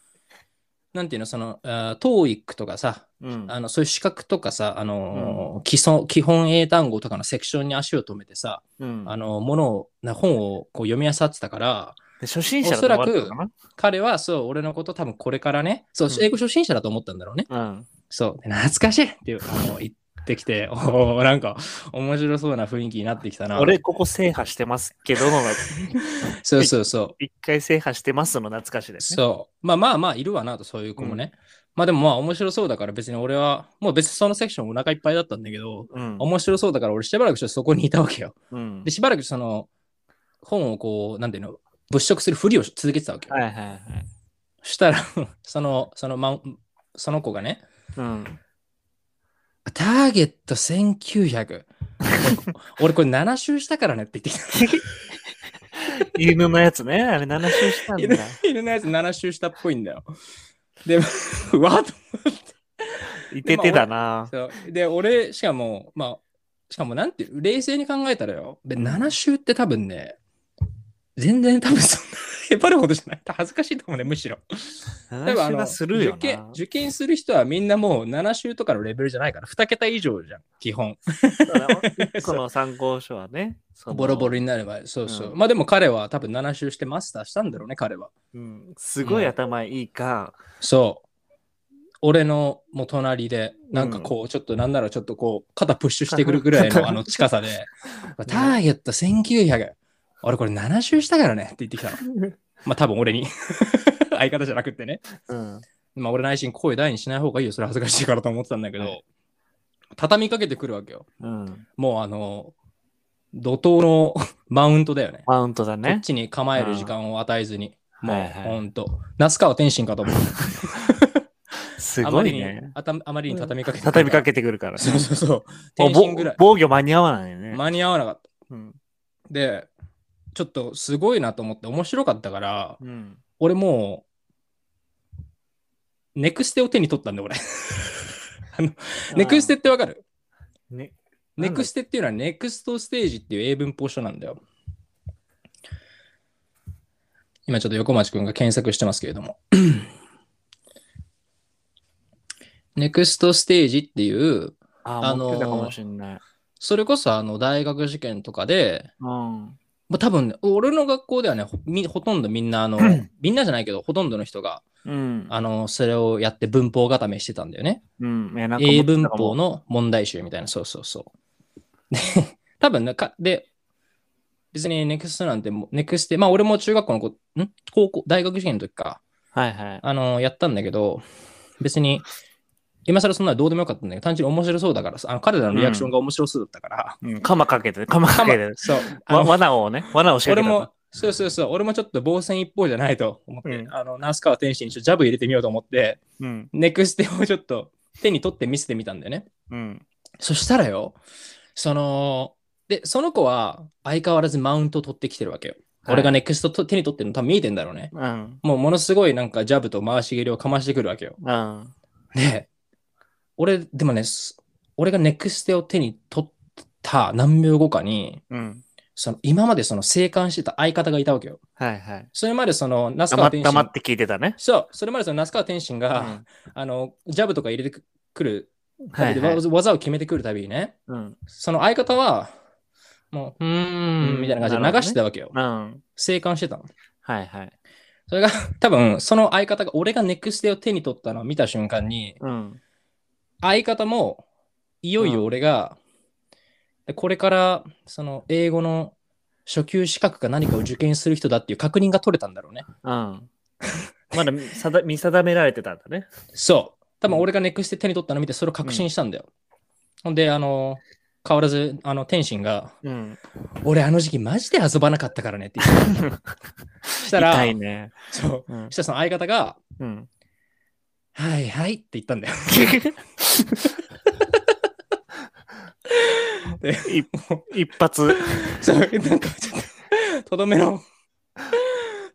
[SPEAKER 1] なんていうの、その、あー TOEIC とかさ、
[SPEAKER 2] うん
[SPEAKER 1] あのそういう資格とかさ、あのー基礎、基本英単語とかのセクションに足を止めてさ、
[SPEAKER 2] うん
[SPEAKER 1] あの、ものを、な本をこう読み漁ってたから、
[SPEAKER 2] で初心者だと思われたのか
[SPEAKER 1] 彼はそう、俺のこと多分これからね、そう
[SPEAKER 2] うん、
[SPEAKER 1] 英語初心者だと思ったんだろうね。
[SPEAKER 2] な。うん。
[SPEAKER 1] そう、で懐かしいっていう、あの言ってきて、おーなんか面白そうな雰囲気になってきたな。
[SPEAKER 2] 俺、ここ制覇してますけどのが、
[SPEAKER 1] そうそうそう。
[SPEAKER 2] 一回制覇してますの懐かしいですね。
[SPEAKER 1] そう。まあまあまあ、いるわなと、そういう子もね。まあでもまあ、面白そうだから別に俺は、もう別にそのセクションお腹いっぱいだったんだけど、
[SPEAKER 2] うん。
[SPEAKER 1] 面白そうだから俺しばらくちょっとそこにいたわけよ。
[SPEAKER 2] うん
[SPEAKER 1] で、しばらくその、本をこう、なんていうの、物色するふりを続けてたわけよ。
[SPEAKER 2] はいはいはい。
[SPEAKER 1] そしたら、 *laughs* その、その、ま、その子がね、
[SPEAKER 2] うん。
[SPEAKER 1] ターゲット1900。俺これ7周したからねって言ってきた。
[SPEAKER 2] 犬のやつね。あれ、7周したん
[SPEAKER 1] 犬
[SPEAKER 2] だ。
[SPEAKER 1] 犬のやつ7周したっぽいんだよ。で、 *laughs* うわっと
[SPEAKER 2] いててだな。
[SPEAKER 1] そうで、俺、しかも、まあ、しかも、なんていう、冷静に考えたらよ、で7週って多分ね、全然多分そんな、 *laughs* へばるほどじゃない。恥ずかしいと思うね、むしろ。多分あ
[SPEAKER 2] 7周はするよ
[SPEAKER 1] 受験
[SPEAKER 2] な。
[SPEAKER 1] 受験する人はみんなもう7週とかのレベルじゃないから、2桁以上じゃん、基本。
[SPEAKER 2] この参考書はね。その
[SPEAKER 1] ボロボロになれば、そうそう。
[SPEAKER 2] うん
[SPEAKER 1] まあでも彼は多分7週してマスターしたんだろうね、彼は。
[SPEAKER 2] うんすごい頭いいか、
[SPEAKER 1] そう。俺のもう隣で、なんかこう、ちょっとなんならちょっとこう、肩プッシュしてくるぐらいのあの近さで、ターゲット1900、俺これ7周したからねって言ってきたの。まあ多分俺に。 *laughs* 相方じゃなくってね。
[SPEAKER 2] うん
[SPEAKER 1] まあ俺内心声大にしない方がいいよ。それ恥ずかしいからと思ってたんだけど、
[SPEAKER 2] は
[SPEAKER 1] 畳みかけてくるわけよ。
[SPEAKER 2] うん、
[SPEAKER 1] もうあの、怒涛の *laughs* マウントだよね。
[SPEAKER 2] マウントだ
[SPEAKER 1] こっ
[SPEAKER 2] ね。
[SPEAKER 1] ちに構える時間を与えずに。
[SPEAKER 2] うん
[SPEAKER 1] もう、
[SPEAKER 2] はいはい
[SPEAKER 1] ほんと。那須川天心かと思う。
[SPEAKER 2] す
[SPEAKER 1] あま
[SPEAKER 2] ご
[SPEAKER 1] り
[SPEAKER 2] い
[SPEAKER 1] に
[SPEAKER 2] ね。
[SPEAKER 1] あたあまりに畳みかけてくるら
[SPEAKER 2] 畳みかけてくるからね。
[SPEAKER 1] そうそう
[SPEAKER 2] *laughs*
[SPEAKER 1] そう。
[SPEAKER 2] も
[SPEAKER 1] 天
[SPEAKER 2] う
[SPEAKER 1] 心ぐらい。
[SPEAKER 2] 防御間に合わないよね。
[SPEAKER 1] 間に合わなかった。
[SPEAKER 2] うん
[SPEAKER 1] で、ちょっとすごいなと思って面白かったから、
[SPEAKER 2] うん、
[SPEAKER 1] 俺もう、ネクステを手に取ったんで、
[SPEAKER 2] *laughs*
[SPEAKER 1] 俺。あのネクステってわかる
[SPEAKER 2] あー、ね、
[SPEAKER 1] ネクステっていうのはネクストステージっていう英文法書なんだよ。今ちょっと横町くんが検索してますけれど
[SPEAKER 2] *laughs*
[SPEAKER 1] も。ネクストステージっていう、
[SPEAKER 2] あ
[SPEAKER 1] あのー
[SPEAKER 2] のかもしんない。
[SPEAKER 1] それこそあの大学受験とかで、
[SPEAKER 2] うん
[SPEAKER 1] まあ、多分ね、俺の学校ではねほみほとんどみんなあの
[SPEAKER 2] うん
[SPEAKER 1] みんなじゃないけどほとんどの人が
[SPEAKER 2] うん
[SPEAKER 1] あのそれをやって文法固めしてたんだよね
[SPEAKER 2] うん、いやなんか
[SPEAKER 1] 英文法
[SPEAKER 2] の。
[SPEAKER 1] の問題集みたいなそうそうそうで *laughs* 多分ねかで別にネクストなんてもネクストまあ俺も中学校の子ん高校大学受験の時か
[SPEAKER 2] はいはい。
[SPEAKER 1] あのやったんだけど別に今更そんなのどうでもよかったんだけど単純に面白そうだからさあの彼らのリアクションが面白そうだったから、
[SPEAKER 2] うん、鎌かけて、鎌かけて。
[SPEAKER 1] そうあ
[SPEAKER 2] わ
[SPEAKER 1] の
[SPEAKER 2] 罠をね、罠を仕
[SPEAKER 1] 俺
[SPEAKER 2] 掛け
[SPEAKER 1] も、そうそうそう、俺もちょっと防戦一方じゃないと思って、
[SPEAKER 2] うん
[SPEAKER 1] あの、那須川天心にちょっとジャブ入れてみようと思って、
[SPEAKER 2] た。うん、
[SPEAKER 1] ネクステをちょっと手に取って見せてみたんだよね。
[SPEAKER 2] うん、
[SPEAKER 1] そしたらよ、その、で、その子は相変わらずマウントを取ってきてるわけよ。
[SPEAKER 2] はい
[SPEAKER 1] 俺がネクストと手に取ってるの多分見えてんだろうね。
[SPEAKER 2] うん、
[SPEAKER 1] もうものすごいなんかジャブと回し蹴りをかましてくるわけよ。
[SPEAKER 2] うん、
[SPEAKER 1] で、俺、でもね、す俺がネクステを手に取った何秒後かに、
[SPEAKER 2] うん。
[SPEAKER 1] その今までその生還してた相方がいたわけよ。
[SPEAKER 2] はいはい。
[SPEAKER 1] それまでその那須
[SPEAKER 2] 黙
[SPEAKER 1] 川
[SPEAKER 2] っ
[SPEAKER 1] 天
[SPEAKER 2] 黙
[SPEAKER 1] 心
[SPEAKER 2] っ。て聞いてたね。
[SPEAKER 1] そう、それまでその那須川天心が、あの、ジャブとか入れてくる、
[SPEAKER 2] うんは
[SPEAKER 1] た
[SPEAKER 2] い
[SPEAKER 1] びで
[SPEAKER 2] はい
[SPEAKER 1] わ。技を決めてくるたびにね、
[SPEAKER 2] うん。
[SPEAKER 1] その相方は、もう、うーん、みたいな感じで流してたわけよ。
[SPEAKER 2] うん。
[SPEAKER 1] 生還してたの。
[SPEAKER 2] はいはい。
[SPEAKER 1] それが、 *laughs* 多分、その相方が、俺がネクステを手に取ったのを見た瞬間に、
[SPEAKER 2] うん。
[SPEAKER 1] 相方も、いよいよ俺が、でこれから、その、英語の初級資格か何かを受験する人だっていう確認が取れたんだろうね。
[SPEAKER 2] うん。
[SPEAKER 1] *laughs*
[SPEAKER 2] まだ見定見定められてたんだね。
[SPEAKER 1] そう。多分俺がネクステ手に取ったのを見て、それを確信したんだよ。ほんで、あの、変わらず、あの、天心が、
[SPEAKER 2] うん。
[SPEAKER 1] 俺あの時期マジで遊ばなかったからねって言って
[SPEAKER 2] *laughs*
[SPEAKER 1] したら、
[SPEAKER 2] 痛いね。
[SPEAKER 1] そう。
[SPEAKER 2] うん
[SPEAKER 1] そしたらその相方が、
[SPEAKER 2] うん。
[SPEAKER 1] はいはいって言
[SPEAKER 2] *laughs*
[SPEAKER 1] ったんだよ。で *laughs*
[SPEAKER 2] い一発。
[SPEAKER 1] そう、なんかちょっと、とどめの、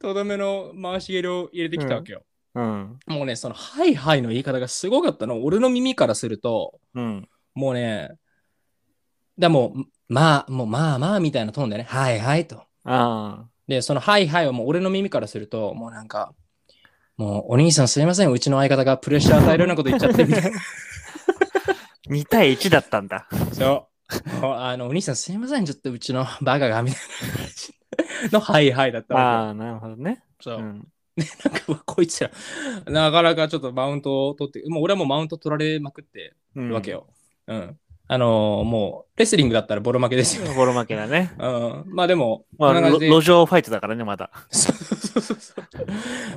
[SPEAKER 1] とどめの回し蹴りを入れてきたわけよ。
[SPEAKER 2] うん。
[SPEAKER 1] もうね、その、はいはいの言い方がすごかったの。俺の耳からすると、
[SPEAKER 2] うん。
[SPEAKER 1] もうね、だもう、まあ、もうまあまあみたいなトーンでね、はいはいと。
[SPEAKER 2] あ
[SPEAKER 1] で、その、はいはいはもう俺の耳からすると、もうなんか、もうお兄さんすいません、うちの相方がプレッシャー与えるようなこと言っちゃってみたいな。
[SPEAKER 2] あ。2対1だったんだ。
[SPEAKER 1] *laughs* そう。もうあの、お兄さんすいません、ちょっとうちのバカが、みたいな感じの、はいはいだったわ
[SPEAKER 2] ああ、なるほどね。
[SPEAKER 1] け。そうう。
[SPEAKER 2] ん。
[SPEAKER 1] なんかうわこいつら、なかなかちょっとマウントを取って、もう俺はもうマウント取られまくって
[SPEAKER 2] うん
[SPEAKER 1] るわけ。よ。うん。あのーもう、レスリングだったらボロ負けですよ。
[SPEAKER 2] ボロ負けだね。
[SPEAKER 1] うん。まあでも、
[SPEAKER 2] まあ、
[SPEAKER 1] *laughs* こんな
[SPEAKER 2] ろ
[SPEAKER 1] 感じで
[SPEAKER 2] 路上ファイトだからね、まだ。
[SPEAKER 1] そうそうそうそう。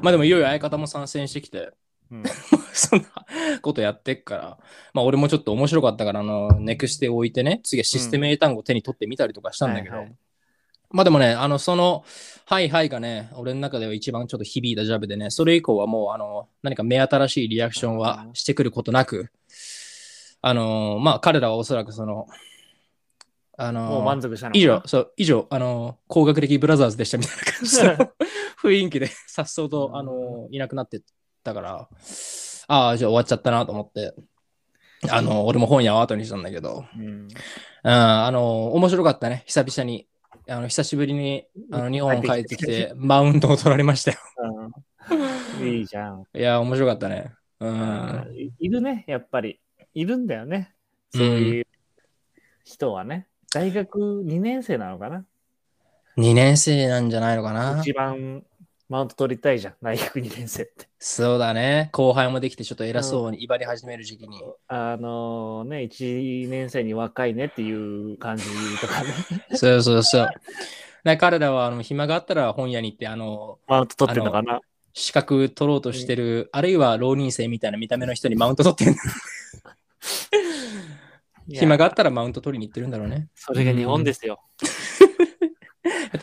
[SPEAKER 1] まあでも、いよいよ相方も参戦してきて、
[SPEAKER 2] うん。
[SPEAKER 1] *laughs* そんなことやってっから、まあ俺もちょっと面白かったから、あの、ネクステ置いてね、次はシステム英単語を手に取ってみたりとかしたんだけど、
[SPEAKER 2] はいはい
[SPEAKER 1] まあでもね、あの、その、はいはいがね、俺の中では一番ちょっと響いたジャブでね、それ以降はもう、あの、何か目新しいリアクションはしてくることなく、あの、まあ彼らはおそらくその、あ
[SPEAKER 2] もう
[SPEAKER 1] の
[SPEAKER 2] 満、足したのかな
[SPEAKER 1] 以上、そう、以上、あの、高学歴ブラザーズでしたみたいな感じの雰囲気で、 *laughs* さっそうと、あの、いなくなってったから、ああ、じゃあ終わっちゃったなと思って、あ *laughs* の、俺も本屋を後にしたんだけど、
[SPEAKER 2] *laughs* うん。
[SPEAKER 1] うん、あの、面白かったね、久々に。あの久しぶりにあの日本帰ってきて、マウントを取られましたよ。 *laughs*
[SPEAKER 2] うんいいじゃん。
[SPEAKER 1] いや、面白かったね。う
[SPEAKER 2] あ
[SPEAKER 1] ん。
[SPEAKER 2] ーいいるね、やっぱり。いるんだよね。そういう人はね。大学2年生なのかな
[SPEAKER 1] 2年生なんじゃないのかな
[SPEAKER 2] 一。番マウント取りたいじゃん、大学2年生って。
[SPEAKER 1] そうだね。後輩もできて、ちょっと偉そうに威張り始める時期に。
[SPEAKER 2] あのね、1年生に若いねっていう感じ
[SPEAKER 1] *laughs*
[SPEAKER 2] とかね。
[SPEAKER 1] そうそう *laughs* そう。で彼らはあの暇があったら本屋に行って、あの、
[SPEAKER 2] マウント取ってんのかな
[SPEAKER 1] 資格取ろうとしてる、あるいは浪人生みたいな見た目の人にマウント取ってんだ
[SPEAKER 2] いや
[SPEAKER 1] 暇があったらマウント取りに行ってるんだろうね。
[SPEAKER 2] それが日本ですよ。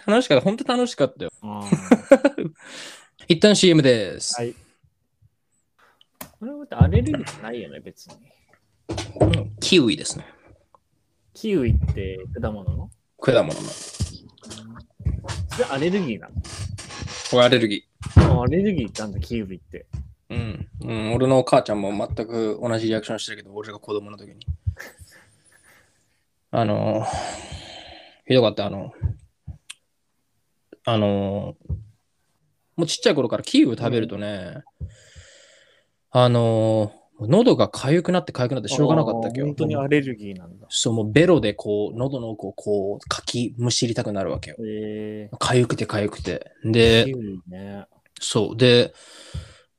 [SPEAKER 1] 楽しかった、本当楽しかったよ。
[SPEAKER 2] うん
[SPEAKER 1] 一旦 CM です。
[SPEAKER 2] はい。これはアレルギーじゃないよね、別に。
[SPEAKER 1] うんキウイですね。
[SPEAKER 2] キウイって果物の
[SPEAKER 1] 果物の。
[SPEAKER 2] それアレルギーな
[SPEAKER 1] これアレルギ
[SPEAKER 2] のあアレルギーなんだ、キウイって。
[SPEAKER 1] ー。うん。うん、俺のお母ちゃんも全く同じリアクションしてるけど、俺が子供の時に。 *laughs* あのー、ひどかった、あの、あのー、もうちっちゃい頃からキウイを食べるとね、あのー、喉が痒くなって痒くなってしょうがなかったっけ
[SPEAKER 2] あ
[SPEAKER 1] よ。
[SPEAKER 2] ー本当にアレルギーなんだ。
[SPEAKER 1] そう、もうベロでこう、喉の奥をこう、かきむしりたくなるわけよ。
[SPEAKER 2] え
[SPEAKER 1] 痒くて痒くて。
[SPEAKER 2] ー、
[SPEAKER 1] で
[SPEAKER 2] キ、ウイね。
[SPEAKER 1] そう。で、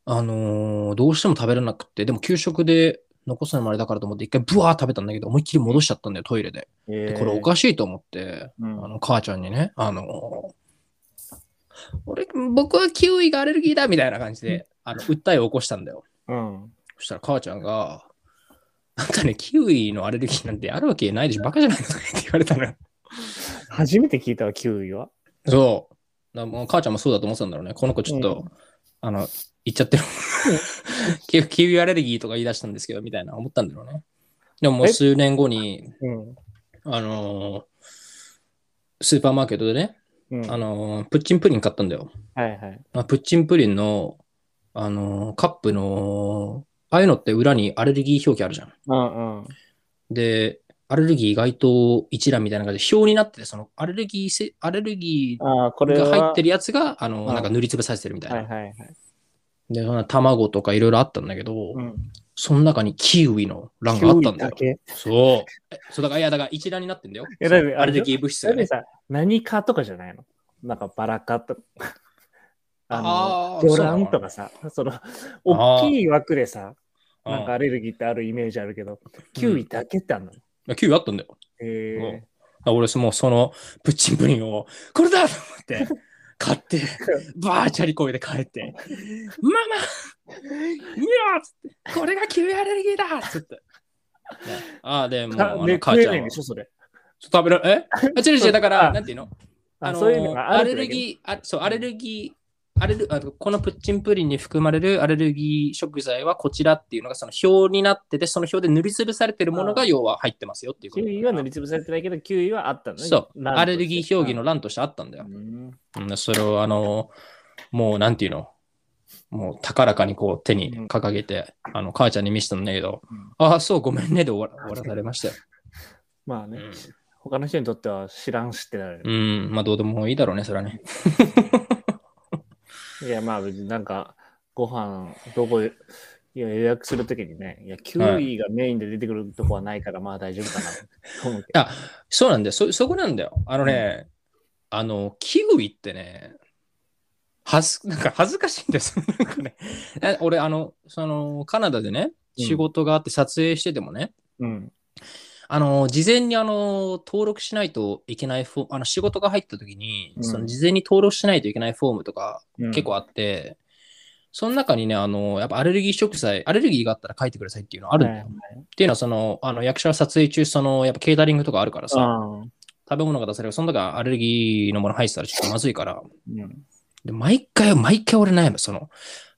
[SPEAKER 1] あのーどうしても食べれなくて、でも給食で残すのもあれだからと思って、一回ブワー食べたんだけど、思いっきり戻しちゃったんだよ、トイレで。で、
[SPEAKER 2] え
[SPEAKER 1] これお
[SPEAKER 2] し
[SPEAKER 1] かしいと思って、
[SPEAKER 2] い。う
[SPEAKER 1] あ
[SPEAKER 2] ん
[SPEAKER 1] の、母ちゃんにね、あのー俺、僕はキウイがアレルギーだみたいな感じで、あの、訴えを起こしたんだよ。
[SPEAKER 2] うん。
[SPEAKER 1] そしたら母ちゃんが、あんたね、キウイのアレルギーなんてあるわけないでしょ、バカじゃないのとかって言われたのよ。
[SPEAKER 2] 初めて聞いたわ、キウイは。
[SPEAKER 1] そう。だからもう母ちゃんもそうだと思ってたんだろうね。この子ちょっと、
[SPEAKER 2] う
[SPEAKER 1] あの、言っちゃってる。 *laughs* キキウイアレルギーとか言い出したんですけど、みたいな思ったんだろうね。でももう
[SPEAKER 2] え
[SPEAKER 1] 数年後に、
[SPEAKER 2] うん。
[SPEAKER 1] あのースーパーマーケットでね、
[SPEAKER 2] うん、
[SPEAKER 1] あ
[SPEAKER 2] はい
[SPEAKER 1] のープッチンプリン買ったんだよ。
[SPEAKER 2] はい。
[SPEAKER 1] あプッチンプリンの、あのーカップの、ああいうのって裏にアレルギー表記あるじゃん。
[SPEAKER 2] うんうん。
[SPEAKER 1] で、アレルギー該当一覧みたいな感じで表になってて、そのアレルギーせ、アレルギ
[SPEAKER 2] ああ、こ
[SPEAKER 1] ー
[SPEAKER 2] れは。
[SPEAKER 1] が入ってるやつが、あの、
[SPEAKER 2] うん
[SPEAKER 1] なんか塗りつぶさせてるみたいな。
[SPEAKER 2] はいはいはい。
[SPEAKER 1] で、そんな卵とかいろいろあったんだけど、
[SPEAKER 2] うん。
[SPEAKER 1] その中にキウイの欄があったんだよ。
[SPEAKER 2] キウイけ
[SPEAKER 1] そう。えそうだから、いや、だから一覧になってんだよ。
[SPEAKER 2] やだから
[SPEAKER 1] アレルギー物質
[SPEAKER 2] だ
[SPEAKER 1] が
[SPEAKER 2] って
[SPEAKER 1] ね。
[SPEAKER 2] さ、何かとかじゃないのなんかバラかとか。
[SPEAKER 1] あー
[SPEAKER 2] 魚卵とかさ、その、大きい枠でさ、なんか
[SPEAKER 1] う
[SPEAKER 2] アレルギーってあるイメージあるけど、キウイだけってあるの。
[SPEAKER 1] んキウイあったんだよ。
[SPEAKER 2] へえ
[SPEAKER 1] あ俺、もうそのプッチンプリンを、これだと
[SPEAKER 2] *laughs*
[SPEAKER 1] 思って、買って、バーチャリ声で帰って、ママ見ろっつって、これがキウイアレルギーだっつって。ねああ、でもう、あ
[SPEAKER 2] か
[SPEAKER 1] の
[SPEAKER 2] で、
[SPEAKER 1] 母
[SPEAKER 2] 食え
[SPEAKER 1] ちゃ
[SPEAKER 2] なんいん
[SPEAKER 1] は
[SPEAKER 2] でしょ、それ。
[SPEAKER 1] 食べら
[SPEAKER 2] *laughs*
[SPEAKER 1] れ、えあ違う違う、だか
[SPEAKER 2] あ
[SPEAKER 1] ら、なんていうのあの
[SPEAKER 2] そういうのがあ
[SPEAKER 1] ア
[SPEAKER 2] る
[SPEAKER 1] レルギー、あそう、アレルギー、アレルあのこのプッチンプリンに含まれるアレルギー食材はこちらっていうのがその表になってて、その表で塗りつぶされてるものが要は入ってますよっていう
[SPEAKER 2] ー
[SPEAKER 1] こと
[SPEAKER 2] キ
[SPEAKER 1] だから。
[SPEAKER 2] ウイは塗りつぶされてないけど、キウイはあったのね。
[SPEAKER 1] そう、
[SPEAKER 2] なんとして
[SPEAKER 1] アレルギー表記の。欄としてあったんだよ
[SPEAKER 2] う。ん
[SPEAKER 1] うんそれをあの、もうなんていうのもう高らかにこう手に掲げて、あの母ちゃんに見せたんだけど、
[SPEAKER 2] うん
[SPEAKER 1] ああ、そう、ごめんねで終わら終わらされましたよ。
[SPEAKER 2] まあね、
[SPEAKER 1] うん
[SPEAKER 2] 他の人にとっては知らん知ってられる。
[SPEAKER 1] うん、まあどうでもいいだろうね、それはね。
[SPEAKER 2] いや、まあ別になんか、ご飯、どこへいや予約するときにね、いや、キウイがメインで出てくるとこはないから、まあ大丈夫かなと思う
[SPEAKER 1] *laughs*
[SPEAKER 2] けど。
[SPEAKER 1] あ、そうなんだよ。そ、そこなんだよ。あのね、あの、キウイってね、はず、なんか恥ずかしいんです。 *laughs* なんかね、え俺、あの、その、カナダでね、
[SPEAKER 2] うん
[SPEAKER 1] 仕事があって撮影しててもね、
[SPEAKER 2] うん。
[SPEAKER 1] あの、事前にあの、登録しないといけないフォーム、あの、仕事が入った時に、
[SPEAKER 2] うん
[SPEAKER 1] その事前に登録しないといけないフォームとか
[SPEAKER 2] うん
[SPEAKER 1] 結構あって、その中にね、あの、やっぱアレルギー食材、アレルギーがあったら書いてくださいっていうのあるんだよ。
[SPEAKER 2] はい
[SPEAKER 1] っていうのは、その、あの、役者は撮影中、その、やっぱケータリングとかあるからさ、
[SPEAKER 2] ああ
[SPEAKER 1] 食べ物が出される、その時はアレルギーのもの入ってたらちょっとまずいから、
[SPEAKER 2] うん
[SPEAKER 1] で毎回、毎回俺悩む、その、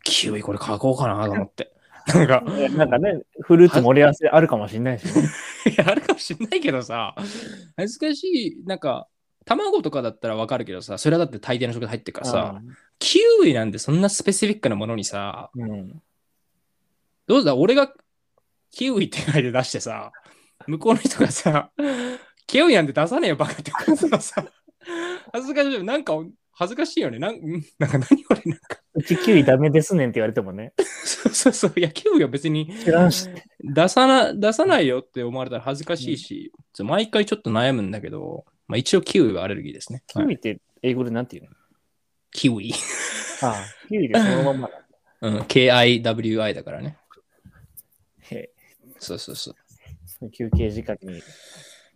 [SPEAKER 1] キウイこれ書こうかなと思って。なんか、
[SPEAKER 2] いやなんかね、フルーツ盛り合わせあるかもしれないしね、
[SPEAKER 1] いやあるかもしんないけどさ、恥ずかしい、なんか、卵とかだったらわかるけどさ、それはだって大抵の食材入ってるからさ、キウイなんてそんなスペシフィックなものにさ、
[SPEAKER 2] うん、うん。
[SPEAKER 1] どうだ、俺がキウイって書いて出してさ、向こうの人がさ、キウイなんて出さねえよ、バカって言うのさ、恥ずかしいよ。なんか、恥ずかしいよね。なんんなんか何俺なんか。
[SPEAKER 2] うちキウイダメですねんって言われてもね、
[SPEAKER 1] *laughs* そうそうそう。いや、キウイは別に
[SPEAKER 2] 知らんし。
[SPEAKER 1] 出さな、出さないよって思われたら恥ずかしいし、そう毎回ちょっと悩むんだけど、まあ一応キウイはアレルギーですね。
[SPEAKER 2] キウ
[SPEAKER 1] はい
[SPEAKER 2] イって英語でなんて言うの、
[SPEAKER 1] キウイ。
[SPEAKER 2] ああキウイでそのまんまだ。
[SPEAKER 1] うん、KIWI だからね。
[SPEAKER 2] へ
[SPEAKER 1] そうそうそう。
[SPEAKER 2] え休憩時間に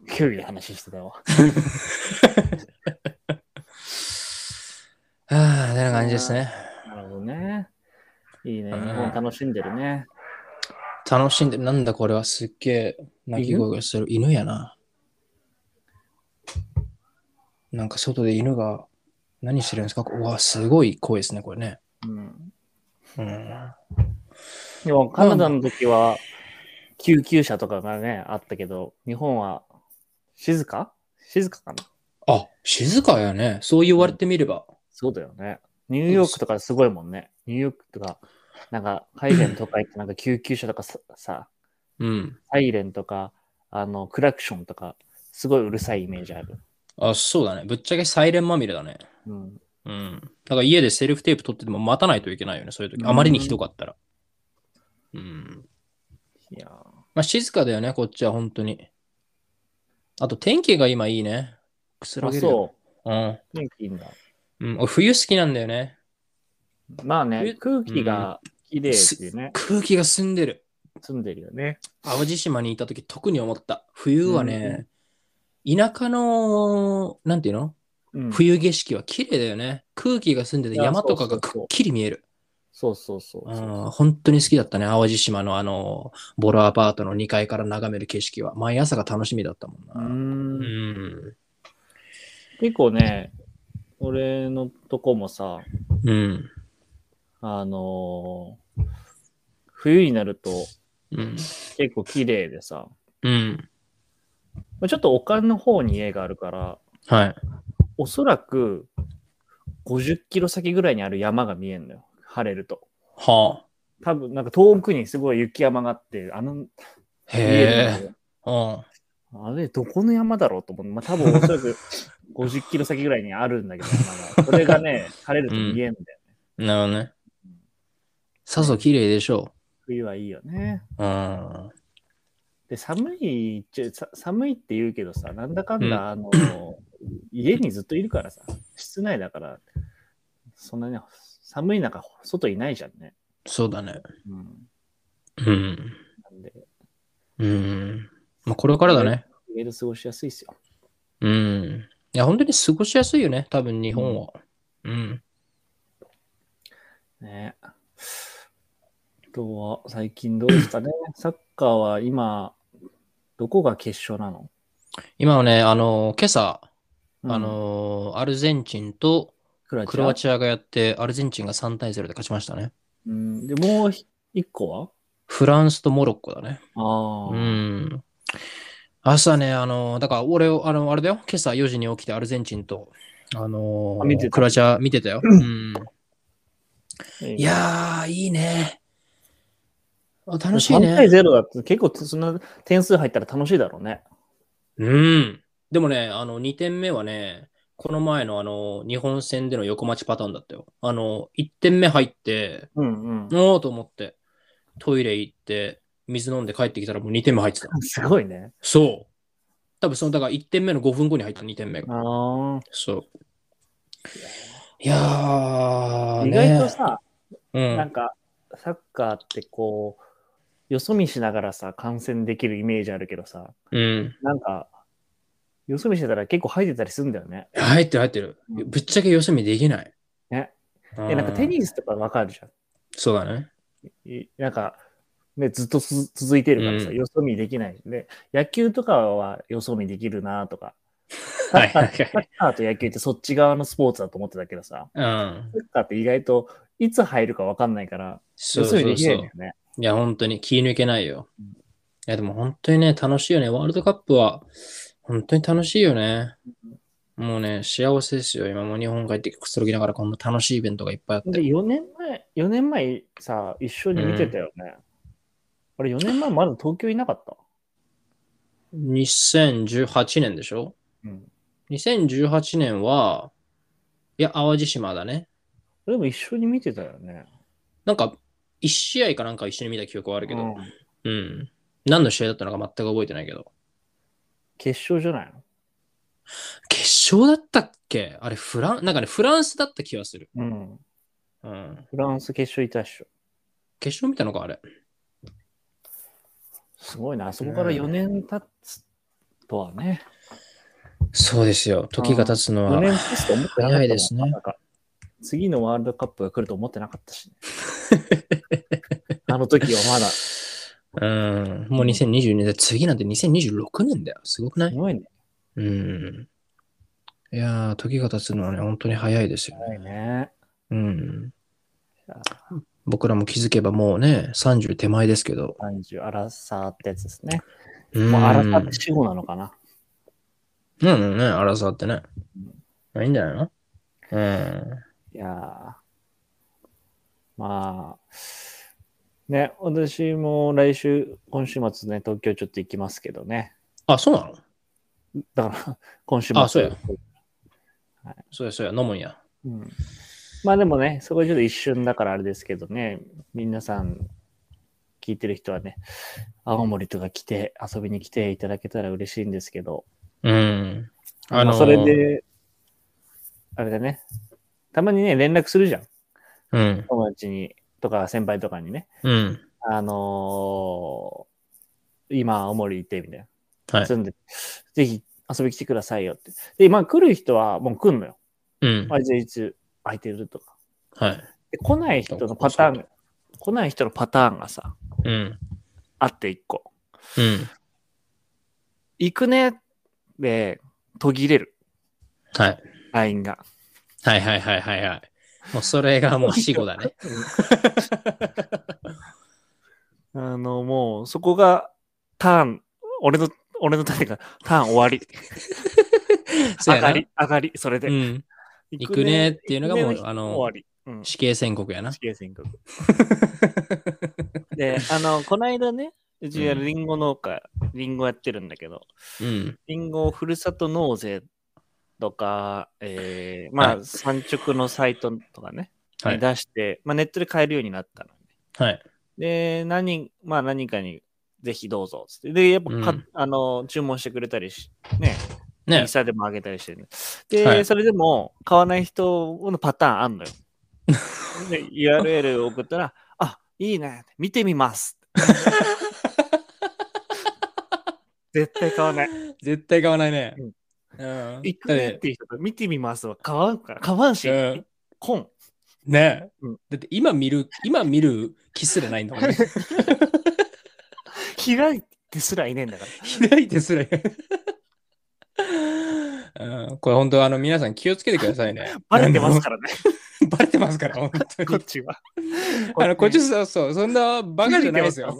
[SPEAKER 2] キウイの話してたわ。
[SPEAKER 1] ああ、てな感じですね。
[SPEAKER 2] なるほどね。いいね。
[SPEAKER 1] うん
[SPEAKER 2] 日本楽しんでるね。
[SPEAKER 1] 楽しんで、なんだこれはすっげえ鳴き声がする犬やな。なんか外で犬が何してるんですかうわ、すごい声ですね、これね。
[SPEAKER 2] うん。
[SPEAKER 1] うん。
[SPEAKER 2] でも、カナダの時は、救急車とかがね、あったけど、日本は静か静かかな
[SPEAKER 1] あ、静かやね。そう言われてみれば。
[SPEAKER 2] そうだよね。ニューヨークとかすごいもんね。ニューヨークとか、なんか、海外の都会ってなんか救急車とかさ、さ
[SPEAKER 1] うん。
[SPEAKER 2] サイレンとか、あの、クラクションとか、すごいうるさいイメージある。
[SPEAKER 1] あ、そうだね。ぶっちゃけサイレンまみれだね。
[SPEAKER 2] うん。
[SPEAKER 1] うん。だから家でセルフテープ取ってても待たないといけないよね、そういう時。あまりにひどかったら。うん。
[SPEAKER 2] いやー
[SPEAKER 1] まあ静かだよね、こっちは本当に。あと天気が今いいね。くすら
[SPEAKER 2] あ、
[SPEAKER 1] げるよ。
[SPEAKER 2] そ
[SPEAKER 1] うん。
[SPEAKER 2] う。天気いいんだ。
[SPEAKER 1] うん、俺冬好きなんだよね。
[SPEAKER 2] まあね
[SPEAKER 1] え、
[SPEAKER 2] 空気が綺麗っていうね、
[SPEAKER 1] 空気が澄んでる。
[SPEAKER 2] 住んでるよね。
[SPEAKER 1] 淡路島にいた時特に思った。冬はね、田舎の、なんていうの、
[SPEAKER 2] うん、
[SPEAKER 1] 冬景色は綺麗だよね。空気が澄んでて
[SPEAKER 2] いや
[SPEAKER 1] 山とか
[SPEAKER 2] そう
[SPEAKER 1] が
[SPEAKER 2] そう
[SPEAKER 1] く
[SPEAKER 2] そう
[SPEAKER 1] っきり見える。
[SPEAKER 2] そうそうそううそう。
[SPEAKER 1] ん本当に好きだったね。淡路島のあの、ボロアパートの2階から眺める景色は。毎朝が楽しみだったもん
[SPEAKER 2] う、
[SPEAKER 1] な。うんん。
[SPEAKER 2] 結構ね、俺のとこもさ、
[SPEAKER 1] うん。
[SPEAKER 2] あのー冬になると
[SPEAKER 1] うん。
[SPEAKER 2] 結構綺麗でさ、
[SPEAKER 1] うん。
[SPEAKER 2] まあちょっと丘の方に家があるから、
[SPEAKER 1] はい。
[SPEAKER 2] おそらく50キロ先ぐらいにある山が見えるのよ。晴れると。
[SPEAKER 1] はあ。
[SPEAKER 2] 多分、なんか遠くにすごい雪山があって、あの、見え
[SPEAKER 1] へえ。
[SPEAKER 2] る
[SPEAKER 1] うん。
[SPEAKER 2] のあれ、どこの山だろうと思って、まあ、多分おそらく50キロ先ぐらいにあるんだけど、山がこれがね、晴れると見えんだよね。
[SPEAKER 1] なるほどね。さぞ綺麗でしょ
[SPEAKER 2] 冬はいいよね。
[SPEAKER 1] う。うん。
[SPEAKER 2] で、寒いっちゃさ寒いって言うけどさ、なんだかんだ、
[SPEAKER 1] うん
[SPEAKER 2] あの、家にずっといるからさ、室内だから、そんなね、寒い中、外いないじゃんね。
[SPEAKER 1] そうだね。
[SPEAKER 2] うん。
[SPEAKER 1] うん。
[SPEAKER 2] なんで、
[SPEAKER 1] うん。まあ、これからだね。
[SPEAKER 2] 家で過ごしやすいっすよ。
[SPEAKER 1] うん。いや、本当に過ごしやすいよね。多分、日本は。うん。
[SPEAKER 2] ね。あとは、最近どうです
[SPEAKER 1] *laughs*
[SPEAKER 2] かね。サッカーは今、どこが決勝なの、
[SPEAKER 1] 今はね、あの今朝、
[SPEAKER 2] うん
[SPEAKER 1] あ、のアルゼンチンと
[SPEAKER 2] クロアチア。
[SPEAKER 1] クロアチアがやって、アルゼンチンが3対0で勝ちましたね。
[SPEAKER 2] うん、で、もうひ一個は
[SPEAKER 1] フランスとモロッコだね。
[SPEAKER 2] ああ、
[SPEAKER 1] うん。朝ね、あの、だから俺を、あの、あれだよ、今朝4時に起きてアルゼンチンと、あの
[SPEAKER 2] あ見てた
[SPEAKER 1] クロアチア見てたよ。うん。い
[SPEAKER 2] い、
[SPEAKER 1] やー、いいね。あ楽しい
[SPEAKER 2] 3対
[SPEAKER 1] ね。
[SPEAKER 2] 0だって結構そんな点数入ったら楽しいだろうね。
[SPEAKER 1] うん。でもね、あの、2点目はね、この前のあの、日本戦での横待ちパターンだったよ。あの、1点目入って、
[SPEAKER 2] うんうん。
[SPEAKER 1] おーと思って、トイレ行って、水飲んで帰ってきたらもう2点目入ってた。
[SPEAKER 2] *laughs* すごいね。
[SPEAKER 1] そう。多分その、だから1点目の5分後に入った2点目が。
[SPEAKER 2] あ
[SPEAKER 1] そう。いや
[SPEAKER 2] あ、
[SPEAKER 1] ー、
[SPEAKER 2] 意
[SPEAKER 1] ね、
[SPEAKER 2] 外とさ、
[SPEAKER 1] う
[SPEAKER 2] なん
[SPEAKER 1] ん、
[SPEAKER 2] かサッカーってこう、よそ見しながらさ、観戦できるイメージあるけどさ、
[SPEAKER 1] うん。
[SPEAKER 2] なんか、よそ見してたら結構入ってたりするんだよね。
[SPEAKER 1] 入ってる入ってる。
[SPEAKER 2] うん
[SPEAKER 1] ぶっちゃけ四隅できない。
[SPEAKER 2] ね
[SPEAKER 1] うん。
[SPEAKER 2] え、なんかテニスとかわかるじゃ
[SPEAKER 1] そうだ
[SPEAKER 2] *laughs*
[SPEAKER 1] ね。
[SPEAKER 2] ん。いなんか、ね、ずっとつ続いてるからさ、
[SPEAKER 1] うん
[SPEAKER 2] よそ見できない。で、野球とかはよそ見できるなとか、
[SPEAKER 1] はいはい
[SPEAKER 2] サッカーと野球ってそっち側のスポーツだと思ってたけどさ、
[SPEAKER 1] はい。うん。
[SPEAKER 2] サッカーって意外といつ入るかわかんないから、
[SPEAKER 1] そう
[SPEAKER 2] 要する
[SPEAKER 1] そ
[SPEAKER 2] に
[SPEAKER 1] う
[SPEAKER 2] できな
[SPEAKER 1] そ
[SPEAKER 2] いん
[SPEAKER 1] う
[SPEAKER 2] だ。よね。
[SPEAKER 1] いや、本当に気抜けないよ
[SPEAKER 2] うん。
[SPEAKER 1] いや、でも本当にね、楽しいよね。ワールドカップは、本当に楽しいよね。もうね、幸せですよ。今も日本帰ってくつろぎながら、こんな楽しいイベントがいっぱいあって
[SPEAKER 2] で、。4年前、4年前さ、一緒に見てたよね。あれ、4年前まだ東京いなかった。
[SPEAKER 1] 2018年でしょ
[SPEAKER 2] うん。
[SPEAKER 1] 2018年は、いや、淡路島だね。
[SPEAKER 2] でも一緒に見てたよね。
[SPEAKER 1] なんか、1試合かなんか一緒に見た記憶はあるけ
[SPEAKER 2] う
[SPEAKER 1] ど、
[SPEAKER 2] ん
[SPEAKER 1] うん。何の試合だったのか全く覚えてないけど。
[SPEAKER 2] 決勝じゃない
[SPEAKER 1] 決勝だったっけあれ、フラン、なんかね、フランスだった気がする。
[SPEAKER 2] のうん。
[SPEAKER 1] うん。
[SPEAKER 2] フランス決勝いたっしょ。
[SPEAKER 1] 決勝見たのか、あれ。
[SPEAKER 2] すごいな、あそこから
[SPEAKER 1] うん
[SPEAKER 2] 4年経つとはね。
[SPEAKER 1] そうですよ。時が経つの
[SPEAKER 2] 4
[SPEAKER 1] は
[SPEAKER 2] 年。経つと思ってなかったもん
[SPEAKER 1] 早いですね
[SPEAKER 2] なんか次のワールドカップが来ると思ってなかった *laughs* し、ね、あの時はまだ。す
[SPEAKER 1] うん。もう2022年で、次なんて2026年だよ。すごくない
[SPEAKER 2] ごいね。
[SPEAKER 1] うん。いやー、時が経つのはね、本当に早いですよね。
[SPEAKER 2] 早いね。
[SPEAKER 1] うん。
[SPEAKER 2] あ
[SPEAKER 1] 僕らも気づけばもうね、30手前ですけど。
[SPEAKER 2] 30、アラサーってやつですね。
[SPEAKER 1] うん
[SPEAKER 2] もうアラサーって死後なのかな。
[SPEAKER 1] うんうんね、争ってね。いいんじゃないのうん。
[SPEAKER 2] いやーまあ、ね、私も来週、今週末ね、東京ちょっと行きますけどね。
[SPEAKER 1] あ、そうなの
[SPEAKER 2] だから、 *laughs* 今週末。
[SPEAKER 1] あそうやそうやそうや、飲むんや。
[SPEAKER 2] うんまあでもね、そこちょっと一瞬だからあれですけどね、皆さん聞いてる人はね、青森とか来て、遊びに来ていただけたら嬉しいんですけど、
[SPEAKER 1] うん。
[SPEAKER 2] まあ
[SPEAKER 1] のー
[SPEAKER 2] それ。で、あれだね、たまにね、連絡するじゃん。
[SPEAKER 1] うん。
[SPEAKER 2] 友達に、とか先輩とかにね、
[SPEAKER 1] うん。
[SPEAKER 2] あのー今青森行って、みたい
[SPEAKER 1] は
[SPEAKER 2] な。
[SPEAKER 1] い。
[SPEAKER 2] 住んで、ぜひ遊び来てくださいよって。で、今来る人はもう来んのよ。
[SPEAKER 1] うん。
[SPEAKER 2] あ、じゃあいつ空いてるとか。
[SPEAKER 1] はい。
[SPEAKER 2] で来ない人のパター
[SPEAKER 1] そう
[SPEAKER 2] ン、来ない人のパターンがさ、
[SPEAKER 1] うん。
[SPEAKER 2] あって一個。
[SPEAKER 1] うん。
[SPEAKER 2] 行くねで途切れる、
[SPEAKER 1] はい。
[SPEAKER 2] ラインが。
[SPEAKER 1] はいはいはいはいはい。もうそれがもう死後だね。
[SPEAKER 2] あの、もうそこがターン、俺の、俺のタがターン終わり。
[SPEAKER 1] *laughs* そう
[SPEAKER 2] 上
[SPEAKER 1] や
[SPEAKER 2] が
[SPEAKER 1] な。
[SPEAKER 2] り、上がり、それで。
[SPEAKER 1] うん。行くねっていうのがもう
[SPEAKER 2] 行くね
[SPEAKER 1] あの
[SPEAKER 2] 終わり。うん。
[SPEAKER 1] 死刑宣告や
[SPEAKER 2] *laughs*
[SPEAKER 1] な
[SPEAKER 2] 死。刑宣告。で、あの、この間ね、うちはリンゴ農家、リンゴやってるんだけど、
[SPEAKER 1] うん。
[SPEAKER 2] リンゴをふるさと納税とか、えーま
[SPEAKER 1] は
[SPEAKER 2] あ、産直のサイトとかね、
[SPEAKER 1] は
[SPEAKER 2] に
[SPEAKER 1] い。
[SPEAKER 2] 出して、まあ、ネットで買えるようになったのね。
[SPEAKER 1] はい。
[SPEAKER 2] で、何、まあ何かにぜひどうぞっつって。で、やっぱか、
[SPEAKER 1] うん
[SPEAKER 2] あの、注文してくれたりし、ね、イ
[SPEAKER 1] ね
[SPEAKER 2] ンス。タでもあげたりしてね。で、
[SPEAKER 1] はい
[SPEAKER 2] それでも買わない人のパターンあんの
[SPEAKER 1] *laughs*
[SPEAKER 2] よ。で、URL 送ったら、あ、いいね、見て
[SPEAKER 1] *laughs*
[SPEAKER 2] みます。絶対買わない。
[SPEAKER 1] 絶対買わないね。
[SPEAKER 2] うん
[SPEAKER 1] うん。
[SPEAKER 2] 行くねっていう人が見てみますは買わんから、買わんし、
[SPEAKER 1] うん
[SPEAKER 2] コン。
[SPEAKER 1] ね
[SPEAKER 2] うん
[SPEAKER 1] だって今見る、今見る気すらないんだも
[SPEAKER 2] *laughs*
[SPEAKER 1] んね。
[SPEAKER 2] 開いてすらいねえんだから。
[SPEAKER 1] 開いてすらい。うん、これ本当あの皆さん気をつけてくださいね。
[SPEAKER 2] *laughs* バレてますからね、
[SPEAKER 1] あのバレてますから、本当
[SPEAKER 2] こっ
[SPEAKER 1] に。
[SPEAKER 2] ちは。
[SPEAKER 1] *laughs* あのこっちそうそう、そんなバカじゃないですよ。。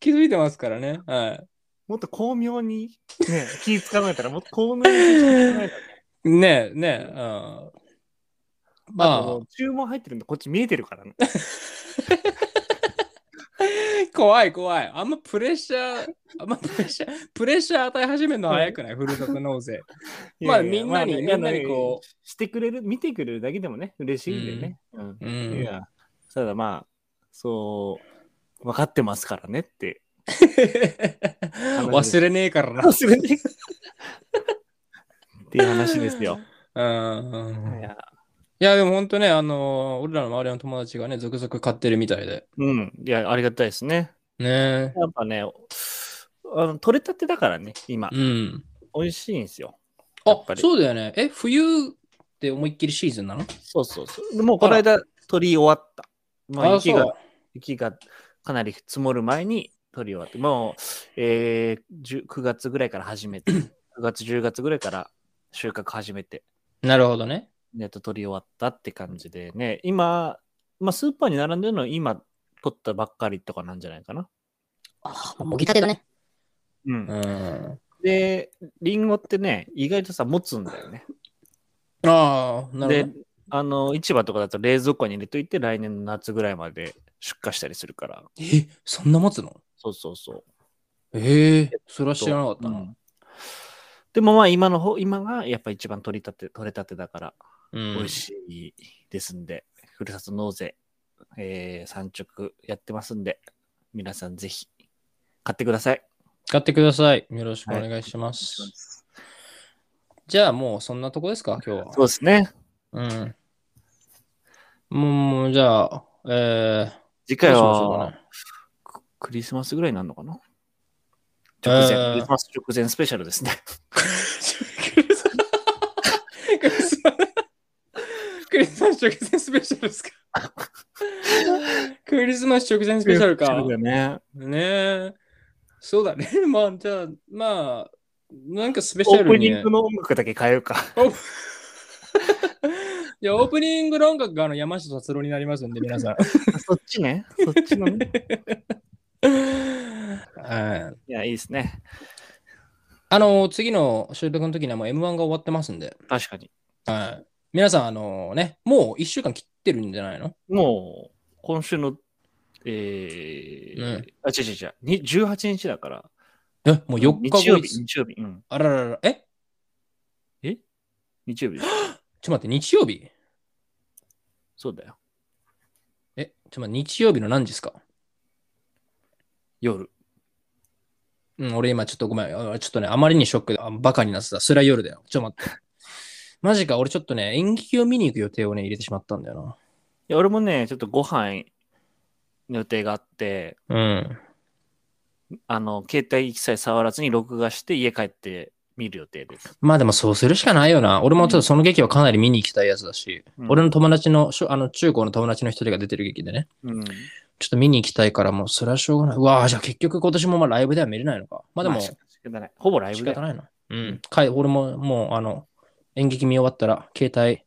[SPEAKER 1] 気づいてますからね。は
[SPEAKER 2] もっと巧妙に、ね、気使わないたら、もっと巧妙に気使わないたら。
[SPEAKER 1] い。ねえ、ねえ。うん
[SPEAKER 2] あとも
[SPEAKER 1] *laughs* ま
[SPEAKER 2] う注文入ってるんで、こっち見えてるからね。
[SPEAKER 1] あ、怖い怖い。あんまプレッシャー、あんまプレッシャー、プレッシャー与え始めるの早く
[SPEAKER 2] *laughs*
[SPEAKER 1] ない、ふるさと納税。まあ
[SPEAKER 2] いやいや
[SPEAKER 1] みんなに
[SPEAKER 2] ま
[SPEAKER 1] み
[SPEAKER 2] あね
[SPEAKER 1] んなにこう
[SPEAKER 2] あのしてくれる、見てくれるだけでもね、嬉しいんでね。うん
[SPEAKER 1] う
[SPEAKER 2] い
[SPEAKER 1] ん。
[SPEAKER 2] や、ただまあ、そう、分かってますからねって。
[SPEAKER 1] *laughs* 忘れねえから
[SPEAKER 2] *laughs*
[SPEAKER 1] な。
[SPEAKER 2] 忘れて。っていう話ですよ。
[SPEAKER 1] うん。
[SPEAKER 2] いや
[SPEAKER 1] いや、でも本当ね、あのー俺らの周りの友達がね、続々買ってるみたいで。
[SPEAKER 2] うん、いや、ありがたいですね。
[SPEAKER 1] ね
[SPEAKER 2] やっぱね、あの取れたてだからね、今
[SPEAKER 1] え。、うん。
[SPEAKER 2] 美味しいんですよ。やっ
[SPEAKER 1] あ
[SPEAKER 2] ぱ、り
[SPEAKER 1] そうだよね。え、冬って思いっきりシーズンなの
[SPEAKER 2] そうそうそう。でもうこの間、取り終わった。まあ、
[SPEAKER 1] あ、
[SPEAKER 2] 雪
[SPEAKER 1] そう
[SPEAKER 2] が、。雪がかなり積もる前に取り終わって、もう、えー10 9月ぐらいから始めて、9月、10月ぐらいから収穫始めて、
[SPEAKER 1] なるほどね。
[SPEAKER 2] ネット取り終わったって感じでね、今、まあ、スーパーに並んでるのは今、取ったばっかりとかなんじゃないかな。
[SPEAKER 3] ああ、もぎたてだね。
[SPEAKER 2] う。
[SPEAKER 1] うんん。
[SPEAKER 2] で、リンゴってね、意外とさ、持つんだよね。
[SPEAKER 1] ああ、なる
[SPEAKER 2] で
[SPEAKER 1] ほど。、
[SPEAKER 2] あの、市場とかだと冷蔵庫に入れといて、来年の夏ぐらいまで出荷したりするから。
[SPEAKER 1] え、そんな持つの
[SPEAKER 2] そうそうそう。
[SPEAKER 1] ええそれは知らなかった
[SPEAKER 2] う
[SPEAKER 1] な。
[SPEAKER 2] んでもまあ今の方、今がやっぱ一番取り立て、取れたてだから、
[SPEAKER 1] うん
[SPEAKER 2] 美味しいですんで、ふるさと納税、えー、産直やってますんで、皆さんぜひ買ってください。
[SPEAKER 1] 買ってください。よろしくお願いします。じゃあもうそんなとこですか、今日は。
[SPEAKER 2] そうですね。
[SPEAKER 1] うん。もう、もうじゃあ、えー、
[SPEAKER 2] 次
[SPEAKER 1] どう
[SPEAKER 2] 回
[SPEAKER 1] しましょうか
[SPEAKER 2] は
[SPEAKER 1] ね。
[SPEAKER 2] ククリスマスぐらいになるのかな
[SPEAKER 1] え
[SPEAKER 2] 直
[SPEAKER 1] ー
[SPEAKER 2] 前、クリスマス直前スペシャルですね。
[SPEAKER 1] *laughs* クリスマスクリスマス直前スペシャルですかクリスマス直前スペシャルか。
[SPEAKER 2] そうだ
[SPEAKER 1] ね
[SPEAKER 2] よ *laughs* ね。
[SPEAKER 1] え。そうだね。 *laughs* まあ、じゃあ、まあ、なんかスペシ
[SPEAKER 2] オ
[SPEAKER 1] ャ
[SPEAKER 2] ープ
[SPEAKER 1] ル
[SPEAKER 2] ニ
[SPEAKER 1] に。
[SPEAKER 2] ングの音楽だけ変えるか。 *laughs*
[SPEAKER 1] いやオープニングの音楽があの山下達郎になりますんで、皆さん。 *laughs*
[SPEAKER 2] そっちね。そっちのね。
[SPEAKER 1] はい
[SPEAKER 2] いや、いいですね。
[SPEAKER 1] あの、次の収録の時にはもう M1 が終わってますんで、
[SPEAKER 2] 確かに。
[SPEAKER 1] はい皆さん、あのね、もう1週間切ってるんじゃないの
[SPEAKER 2] もう、今週の、えー
[SPEAKER 1] ね
[SPEAKER 2] あ、違う違う違うに、18日だから、
[SPEAKER 1] え、もう4日後
[SPEAKER 2] 日曜
[SPEAKER 1] で
[SPEAKER 2] 日、
[SPEAKER 1] す
[SPEAKER 2] 日曜日、うん、
[SPEAKER 1] あららら、え
[SPEAKER 2] 日曜日、
[SPEAKER 1] ちょっと待って、日曜日
[SPEAKER 2] そうだよ、
[SPEAKER 1] え、ちょっと待って、日曜日の何時ですか
[SPEAKER 2] 夜。
[SPEAKER 1] うん、俺今ちょっとごめん。あちょっとね、あまりにショックで、あバカになってた。それは夜だよ。ちょっと待って。 *laughs* マジか、俺ちょっとね、演劇を見に行く予定をね、入れてしまったんだよ
[SPEAKER 2] いや、俺もね、ちょっとご飯の予定があって、
[SPEAKER 1] な。うん。
[SPEAKER 2] あの、携帯一切触らずに録画して家帰って見る予定です。
[SPEAKER 1] まあでもそうするしかないよな。俺もちょっとその劇はかなり見に行きたいやつだし、
[SPEAKER 2] うん
[SPEAKER 1] 俺の友達の、しょあの中高の友達の一人が出てる劇でね、
[SPEAKER 2] うん。
[SPEAKER 1] ちょっと見に行きたいから、もうそれはしょうがない。うわあじゃあ結局今年もまあライブでは見れないのか。まあでも、
[SPEAKER 2] 仕方ない。ほぼライ
[SPEAKER 1] 仕
[SPEAKER 2] ブだ
[SPEAKER 1] 方
[SPEAKER 2] よ。
[SPEAKER 1] ないな。うん。かい俺ももう、あの、演劇見終わったら、携帯、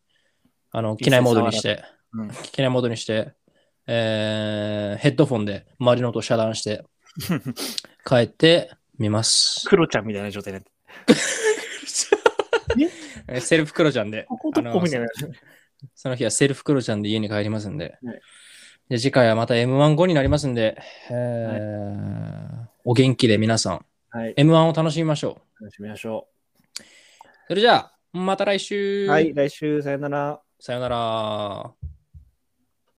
[SPEAKER 1] あの、機内モードにして、
[SPEAKER 2] うん
[SPEAKER 1] 機内モードにして、えー、ヘッドフォンで周りの音を遮断 *laughs* して、帰って見ます。
[SPEAKER 2] クロちゃんみたいな状態になって。
[SPEAKER 1] えセルフクロちゃんで、
[SPEAKER 2] こことここみたいな。
[SPEAKER 1] その日はセルフクロちゃんで家に帰りますんで、
[SPEAKER 2] はい
[SPEAKER 1] で次回はまた M1 後になりますんで、えーお元気で皆さん、
[SPEAKER 2] はい。
[SPEAKER 1] M1 を楽しみましょう。
[SPEAKER 2] 楽しみましょ
[SPEAKER 1] それじゃあ、また来週。
[SPEAKER 2] う。はい。来週、さよなら。
[SPEAKER 1] さよなら。